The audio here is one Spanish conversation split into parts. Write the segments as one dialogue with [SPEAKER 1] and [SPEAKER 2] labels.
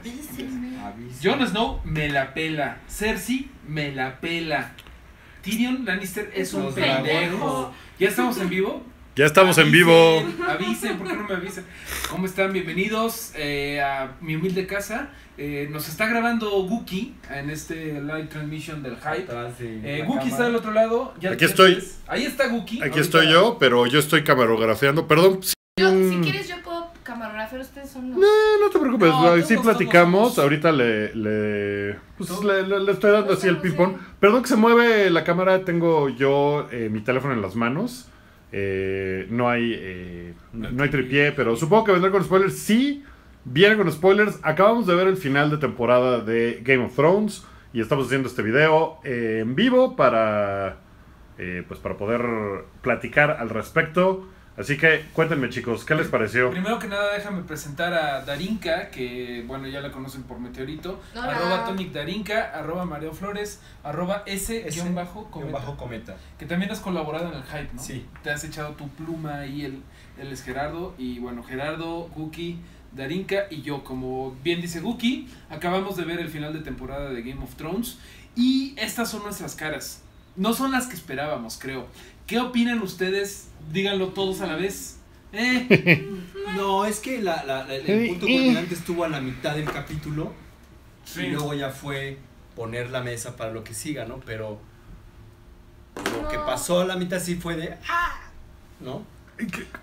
[SPEAKER 1] Avísenme.
[SPEAKER 2] Jon Snow me la pela. Cersei me la pela. Tyrion Lannister es un
[SPEAKER 1] Los
[SPEAKER 2] pendejo.
[SPEAKER 1] dragones.
[SPEAKER 2] ¿Ya estamos en vivo?
[SPEAKER 3] Ya estamos en
[SPEAKER 2] Avisen,
[SPEAKER 3] vivo.
[SPEAKER 2] Avisen, ¿por qué no me avisen? ¿Cómo están? Bienvenidos eh, a mi humilde casa. Eh, nos está grabando Guki en este live transmission del Hype.
[SPEAKER 1] Atrás de
[SPEAKER 2] Eh,
[SPEAKER 1] la
[SPEAKER 2] Guki está
[SPEAKER 1] cámara.
[SPEAKER 2] del otro lado. Ya
[SPEAKER 3] Aquí
[SPEAKER 2] te-
[SPEAKER 3] estoy.
[SPEAKER 2] Ahí está Guki.
[SPEAKER 3] Aquí estoy yo, pero yo estoy camarografiando. Perdón, sí,
[SPEAKER 4] Yo, si
[SPEAKER 3] Mm.
[SPEAKER 4] quieres, yo puedo camarografiar. Ustedes son los.
[SPEAKER 3] no te preocupes.
[SPEAKER 2] No,
[SPEAKER 3] ahí
[SPEAKER 2] todos,
[SPEAKER 3] sí
[SPEAKER 2] todos,
[SPEAKER 3] platicamos.
[SPEAKER 2] todos.
[SPEAKER 3] Ahorita le, le, pues,
[SPEAKER 2] Todos.
[SPEAKER 3] le, le- le estoy dando así el
[SPEAKER 4] Todos, sí.
[SPEAKER 3] ping-pong. Perdón que se mueve la cámara. Tengo yo eh, mi teléfono en las manos. Eh, no hay eh, no hay tripié, pero supongo que vendrá con spoilers. Sí, viene con spoilers. Acabamos de ver el final de temporada de Game of Thrones y estamos haciendo este video eh, en vivo para eh, pues para poder platicar al respecto. Así que cuéntenme chicos, ¿qué les pareció?
[SPEAKER 2] Primero que nada, déjame presentar a Darinka, que bueno, ya la conocen por Meteorito.
[SPEAKER 4] Hola.
[SPEAKER 2] Arroba Tonic Darinka, arroba Mario Flores, arroba S,
[SPEAKER 1] S
[SPEAKER 2] guión bajo,
[SPEAKER 1] Guión
[SPEAKER 2] cometa.
[SPEAKER 1] bajo cometa.
[SPEAKER 2] Que también has colaborado en el hype, ¿no?
[SPEAKER 1] Sí.
[SPEAKER 2] Te has echado tu pluma ahí, él, él es Gerardo. Y bueno, Gerardo, Guki, Darinka y yo. Como bien dice Guki, acabamos de ver el final de temporada de Game of Thrones. Y estas son nuestras caras. No son las que esperábamos, creo. ¿Qué opinan ustedes? Díganlo todos a la vez. Eh,
[SPEAKER 5] No, es que la, la- la- el punto culminante estuvo a la mitad del capítulo y luego ya fue poner la mesa para lo que siga, ¿no? Pero lo que
[SPEAKER 4] No.
[SPEAKER 5] pasó a la mitad sí fue de ¡ah! ¿No?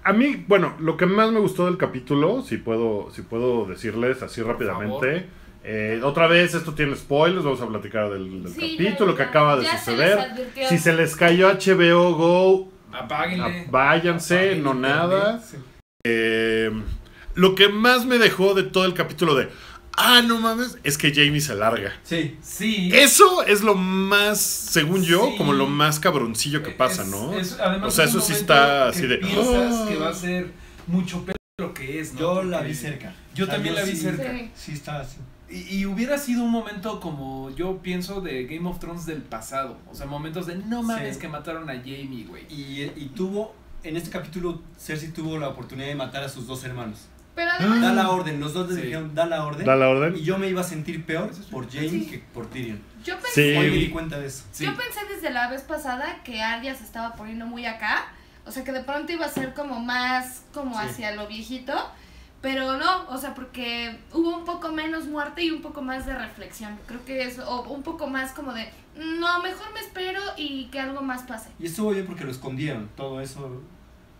[SPEAKER 3] A mí, bueno, lo que más me gustó del capítulo, si puedo, si puedo decirles así rápidamente. eh, otra vez, esto tiene spoilers, vamos a platicar del, del
[SPEAKER 4] Sí, ya,
[SPEAKER 3] capítulo que
[SPEAKER 4] ya.
[SPEAKER 3] acaba de
[SPEAKER 4] Ya se
[SPEAKER 3] suceder.
[SPEAKER 4] les advirtió.
[SPEAKER 3] si se les cayó HBO Go,
[SPEAKER 2] apáguenle.
[SPEAKER 3] a- váyanse, no nada. Eh, lo que más me dejó de todo el capítulo de, ah, no mames, es que Jamie se larga.
[SPEAKER 5] Sí.
[SPEAKER 2] Sí.
[SPEAKER 3] Eso es lo más, según yo,
[SPEAKER 2] Sí.
[SPEAKER 3] como lo más cabroncillo que pasa,
[SPEAKER 2] Es-
[SPEAKER 3] ¿no?
[SPEAKER 2] es- además
[SPEAKER 3] O sea,
[SPEAKER 2] es un
[SPEAKER 3] eso sí
[SPEAKER 2] momento
[SPEAKER 3] está
[SPEAKER 2] que
[SPEAKER 3] así de,
[SPEAKER 2] Piensas
[SPEAKER 3] "Ah".
[SPEAKER 2] que va a ser mucho peor de lo que es, ¿no?
[SPEAKER 5] Yo la
[SPEAKER 2] Porque-
[SPEAKER 5] vi cerca.
[SPEAKER 2] Yo
[SPEAKER 5] O sea,
[SPEAKER 2] también la vi
[SPEAKER 5] sí-
[SPEAKER 2] cerca.
[SPEAKER 4] Sí.
[SPEAKER 5] Sí, estaba así.
[SPEAKER 2] Y, y hubiera sido un momento como yo pienso de Game of Thrones del pasado. O sea, momentos de no mames
[SPEAKER 5] Sí.
[SPEAKER 2] que mataron a Jamie, güey.
[SPEAKER 5] Y, y tuvo, en este capítulo, Cersei tuvo la oportunidad de matar a sus dos hermanos.
[SPEAKER 4] Pero
[SPEAKER 5] Da
[SPEAKER 4] además,
[SPEAKER 5] la orden, los dos les
[SPEAKER 2] Mm. Sí.
[SPEAKER 5] dijeron, da la
[SPEAKER 2] ¿eh?
[SPEAKER 5] orden.
[SPEAKER 3] Da la orden.
[SPEAKER 5] Y yo me iba a sentir peor por Jaime
[SPEAKER 4] Sí.
[SPEAKER 5] que por Tyrion.
[SPEAKER 4] yo
[SPEAKER 3] Sí.
[SPEAKER 4] pensé,
[SPEAKER 5] Hoy me di cuenta de eso.
[SPEAKER 2] Sí.
[SPEAKER 4] yo pensé desde la vez pasada que Arya se estaba poniendo muy acá. O sea, que de pronto iba a ser como más como
[SPEAKER 5] Sí.
[SPEAKER 4] hacia lo viejito. Pero no, o sea, porque hubo un poco menos muerte y un poco más de reflexión. Creo que es, o un poco más como de, no, mejor me espero y que algo más pase.
[SPEAKER 5] Y estuvo bien porque lo escondieron, todo eso.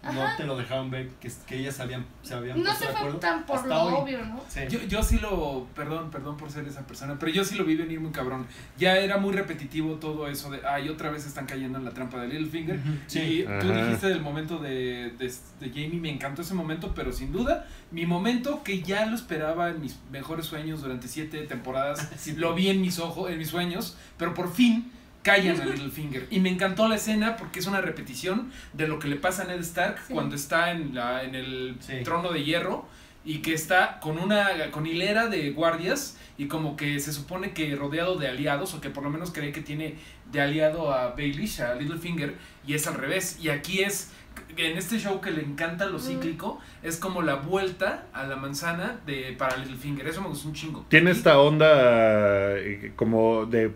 [SPEAKER 4] Ajá.
[SPEAKER 5] No te lo dejaron ver, que, que ellas habían, se habían
[SPEAKER 4] No
[SPEAKER 5] puesto
[SPEAKER 4] se
[SPEAKER 5] de
[SPEAKER 4] fue
[SPEAKER 5] acuerdo
[SPEAKER 4] tan por
[SPEAKER 5] hasta
[SPEAKER 4] lo
[SPEAKER 5] hoy.
[SPEAKER 4] obvio, ¿no?
[SPEAKER 5] Sí.
[SPEAKER 2] Yo, yo sí lo, perdón, perdón por ser esa persona, pero yo sí lo vi venir muy cabrón. Ya era muy repetitivo todo eso de, ay, otra vez están cayendo en la trampa de Littlefinger.
[SPEAKER 5] Ujú, sí.
[SPEAKER 2] Y tú
[SPEAKER 3] Ajá.
[SPEAKER 2] dijiste del momento de, de, de Jamie, me encantó ese momento, pero sin duda, mi momento que ya lo esperaba en mis mejores sueños durante siete temporadas,
[SPEAKER 5] Sí.
[SPEAKER 2] lo vi en mis ojos, en mis sueños, pero por fin callan a Littlefinger. Y me encantó la escena porque es una repetición de lo que le pasa a Ned Stark
[SPEAKER 4] Sí.
[SPEAKER 2] cuando está en, la, en el
[SPEAKER 5] Sí.
[SPEAKER 2] trono de hierro y que está con una con hilera de guardias y como que se supone que rodeado de aliados o que por lo menos cree que tiene de aliado a Baelish, a Littlefinger y es al revés y aquí es en este show que le encanta lo
[SPEAKER 4] Mm.
[SPEAKER 2] cíclico es como la vuelta a la manzana de para Littlefinger eso me gustó un chingo
[SPEAKER 3] Tiene
[SPEAKER 2] Y-
[SPEAKER 3] esta onda eh, como de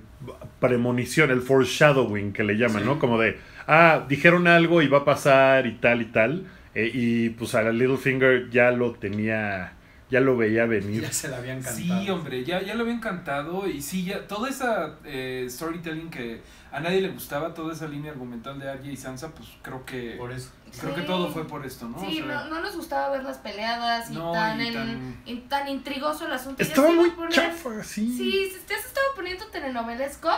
[SPEAKER 3] premonición, el foreshadowing que le llaman,
[SPEAKER 2] Sí.
[SPEAKER 3] ¿no? Como de, ah, dijeron algo y va a pasar y tal y tal. eh, y pues a la Littlefinger ya lo tenía, ya lo veía venir.
[SPEAKER 5] Ya se la habían cantado.
[SPEAKER 2] Sí, hombre, ya, ya lo había encantado y sí, ya toda esa eh, storytelling que a nadie le gustaba, toda esa línea argumental de Arya y Sansa, pues creo que
[SPEAKER 5] Por eso.
[SPEAKER 2] creo que
[SPEAKER 4] Sí.
[SPEAKER 2] todo fue por esto, ¿no?
[SPEAKER 4] Sí,
[SPEAKER 2] O sea,
[SPEAKER 4] no, no nos gustaba ver las peleadas y,
[SPEAKER 2] No,
[SPEAKER 4] tan,
[SPEAKER 2] y
[SPEAKER 4] en-
[SPEAKER 2] tan-
[SPEAKER 4] y tan intrigoso el asunto. Ya
[SPEAKER 3] Estaba
[SPEAKER 4] se iba
[SPEAKER 3] muy
[SPEAKER 4] a poner-
[SPEAKER 3] chafa, sí.
[SPEAKER 4] Sí, se, ya se estaba poniendo telenovelesco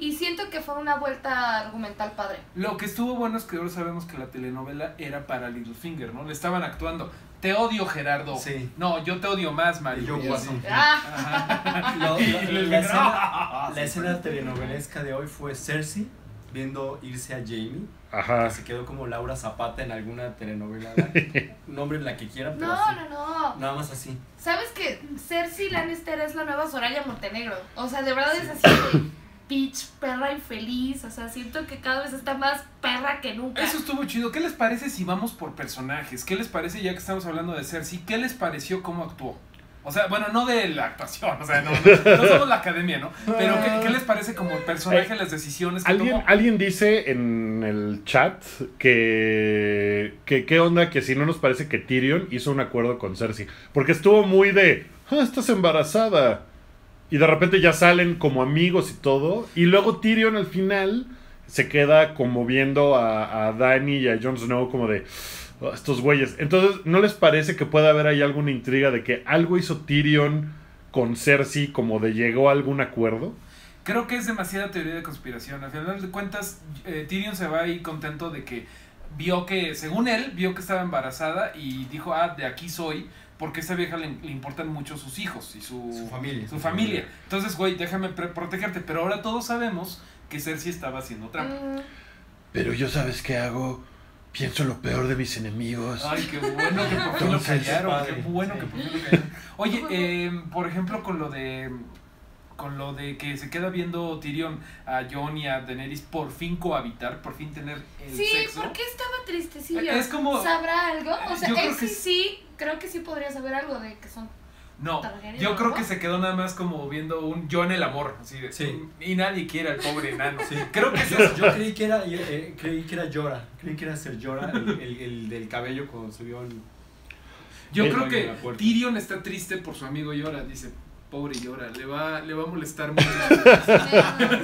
[SPEAKER 4] y siento que fue una vuelta argumental padre.
[SPEAKER 2] Lo que estuvo bueno es que ahora sabemos que la telenovela era para Littlefinger, ¿no? Le estaban actuando. Te odio, Gerardo.
[SPEAKER 5] Sí.
[SPEAKER 2] No, yo te odio más, Mario.
[SPEAKER 5] Y yo, pues, Guasón.
[SPEAKER 4] Ah,
[SPEAKER 5] Lo- lo- la
[SPEAKER 2] Littlefinger,
[SPEAKER 5] escena,
[SPEAKER 2] ¡ah!
[SPEAKER 5] la escena telenovelesca de hoy fue Cersei viendo irse a Jamie.
[SPEAKER 3] Ajá.
[SPEAKER 5] Se quedó como Laura Zapata en alguna telenovela. Nombre en la que quieran, pero
[SPEAKER 4] no,
[SPEAKER 5] así.
[SPEAKER 4] no, no.
[SPEAKER 5] Nada más así.
[SPEAKER 4] ¿Sabes que Cersei Lannister es la nueva Soraya Montenegro? O sea, de verdad es así de pitch, perra infeliz. O sea, siento que cada vez está más perra que nunca.
[SPEAKER 2] Eso estuvo chido. ¿Qué les parece si vamos por personajes? ¿Qué les parece ya que estamos hablando de Cersei? ¿Qué les pareció cómo actuó? O O sea, bueno, no de la actuación, o sea, no, no, no somos la academia, ¿no? Pero ¿qué, qué les parece como el personaje, las decisiones que
[SPEAKER 3] ¿Alguien,
[SPEAKER 2] tomó?
[SPEAKER 3] alguien dice en el chat que, que qué onda que si no nos parece que Tyrion hizo un acuerdo con Cersei. Porque estuvo muy de, ah, estás embarazada. Y de repente ya salen como amigos y todo. Y luego Tyrion al final se queda como viendo a, a Dany y a Jon Snow como de, "Ah, estos güeyes. Entonces, ¿no les parece que pueda haber ahí alguna intriga de que algo hizo Tyrion con Cersei como de llegó a algún acuerdo?
[SPEAKER 2] Creo que es demasiada teoría de conspiración. Al final de cuentas, eh, Tyrion se va ahí contento de que vio que, según él, vio que estaba embarazada y dijo, ah, de aquí soy, porque a esta vieja le, le importan mucho sus hijos y su,
[SPEAKER 5] Su familia.
[SPEAKER 2] su familia. Entonces, güey, déjame pre- protegerte. Pero ahora todos sabemos que Cersei estaba haciendo trampa.
[SPEAKER 4] Mm,
[SPEAKER 3] Pero yo sabes qué hago. Pienso lo peor de mis enemigos.
[SPEAKER 2] Ay, qué bueno que por fin lo
[SPEAKER 5] Entonces,
[SPEAKER 2] callaron. Qué
[SPEAKER 5] padre,
[SPEAKER 2] bueno
[SPEAKER 5] sí.
[SPEAKER 2] que por fin lo callaron. Oye, eh, por ejemplo, con lo de. Con lo de que se queda viendo Tyrion a Jon y a Daenerys por fin cohabitar, por fin tener el
[SPEAKER 4] Sí,
[SPEAKER 2] sexo.
[SPEAKER 4] ¿por qué estaba tristecillo?
[SPEAKER 2] Es como-
[SPEAKER 4] ¿Sabrá algo? O sea,
[SPEAKER 2] Yo creo
[SPEAKER 4] él sí,
[SPEAKER 2] que es-
[SPEAKER 4] sí, creo que sí podría saber algo de que son.
[SPEAKER 2] No,
[SPEAKER 4] Targaryen,
[SPEAKER 2] yo
[SPEAKER 4] ¿no?
[SPEAKER 2] creo que se quedó nada más como viendo un Jon el amor. Así de,
[SPEAKER 5] Sí.
[SPEAKER 2] Y nadie quiere al pobre enano.
[SPEAKER 5] Sí.
[SPEAKER 2] Creo que es
[SPEAKER 5] Yo,
[SPEAKER 2] eso.
[SPEAKER 5] yo creí que era, eh, creí que era Llora, creí que era Ser Llora, el, el- el del cabello cuando subió en...
[SPEAKER 2] Yo
[SPEAKER 5] Eh,
[SPEAKER 2] creo
[SPEAKER 5] en
[SPEAKER 2] que
[SPEAKER 5] la puerta.
[SPEAKER 2] Tyrion está triste por su amigo Llora. Dice, pobre Llora, le va, le va a molestar mucho.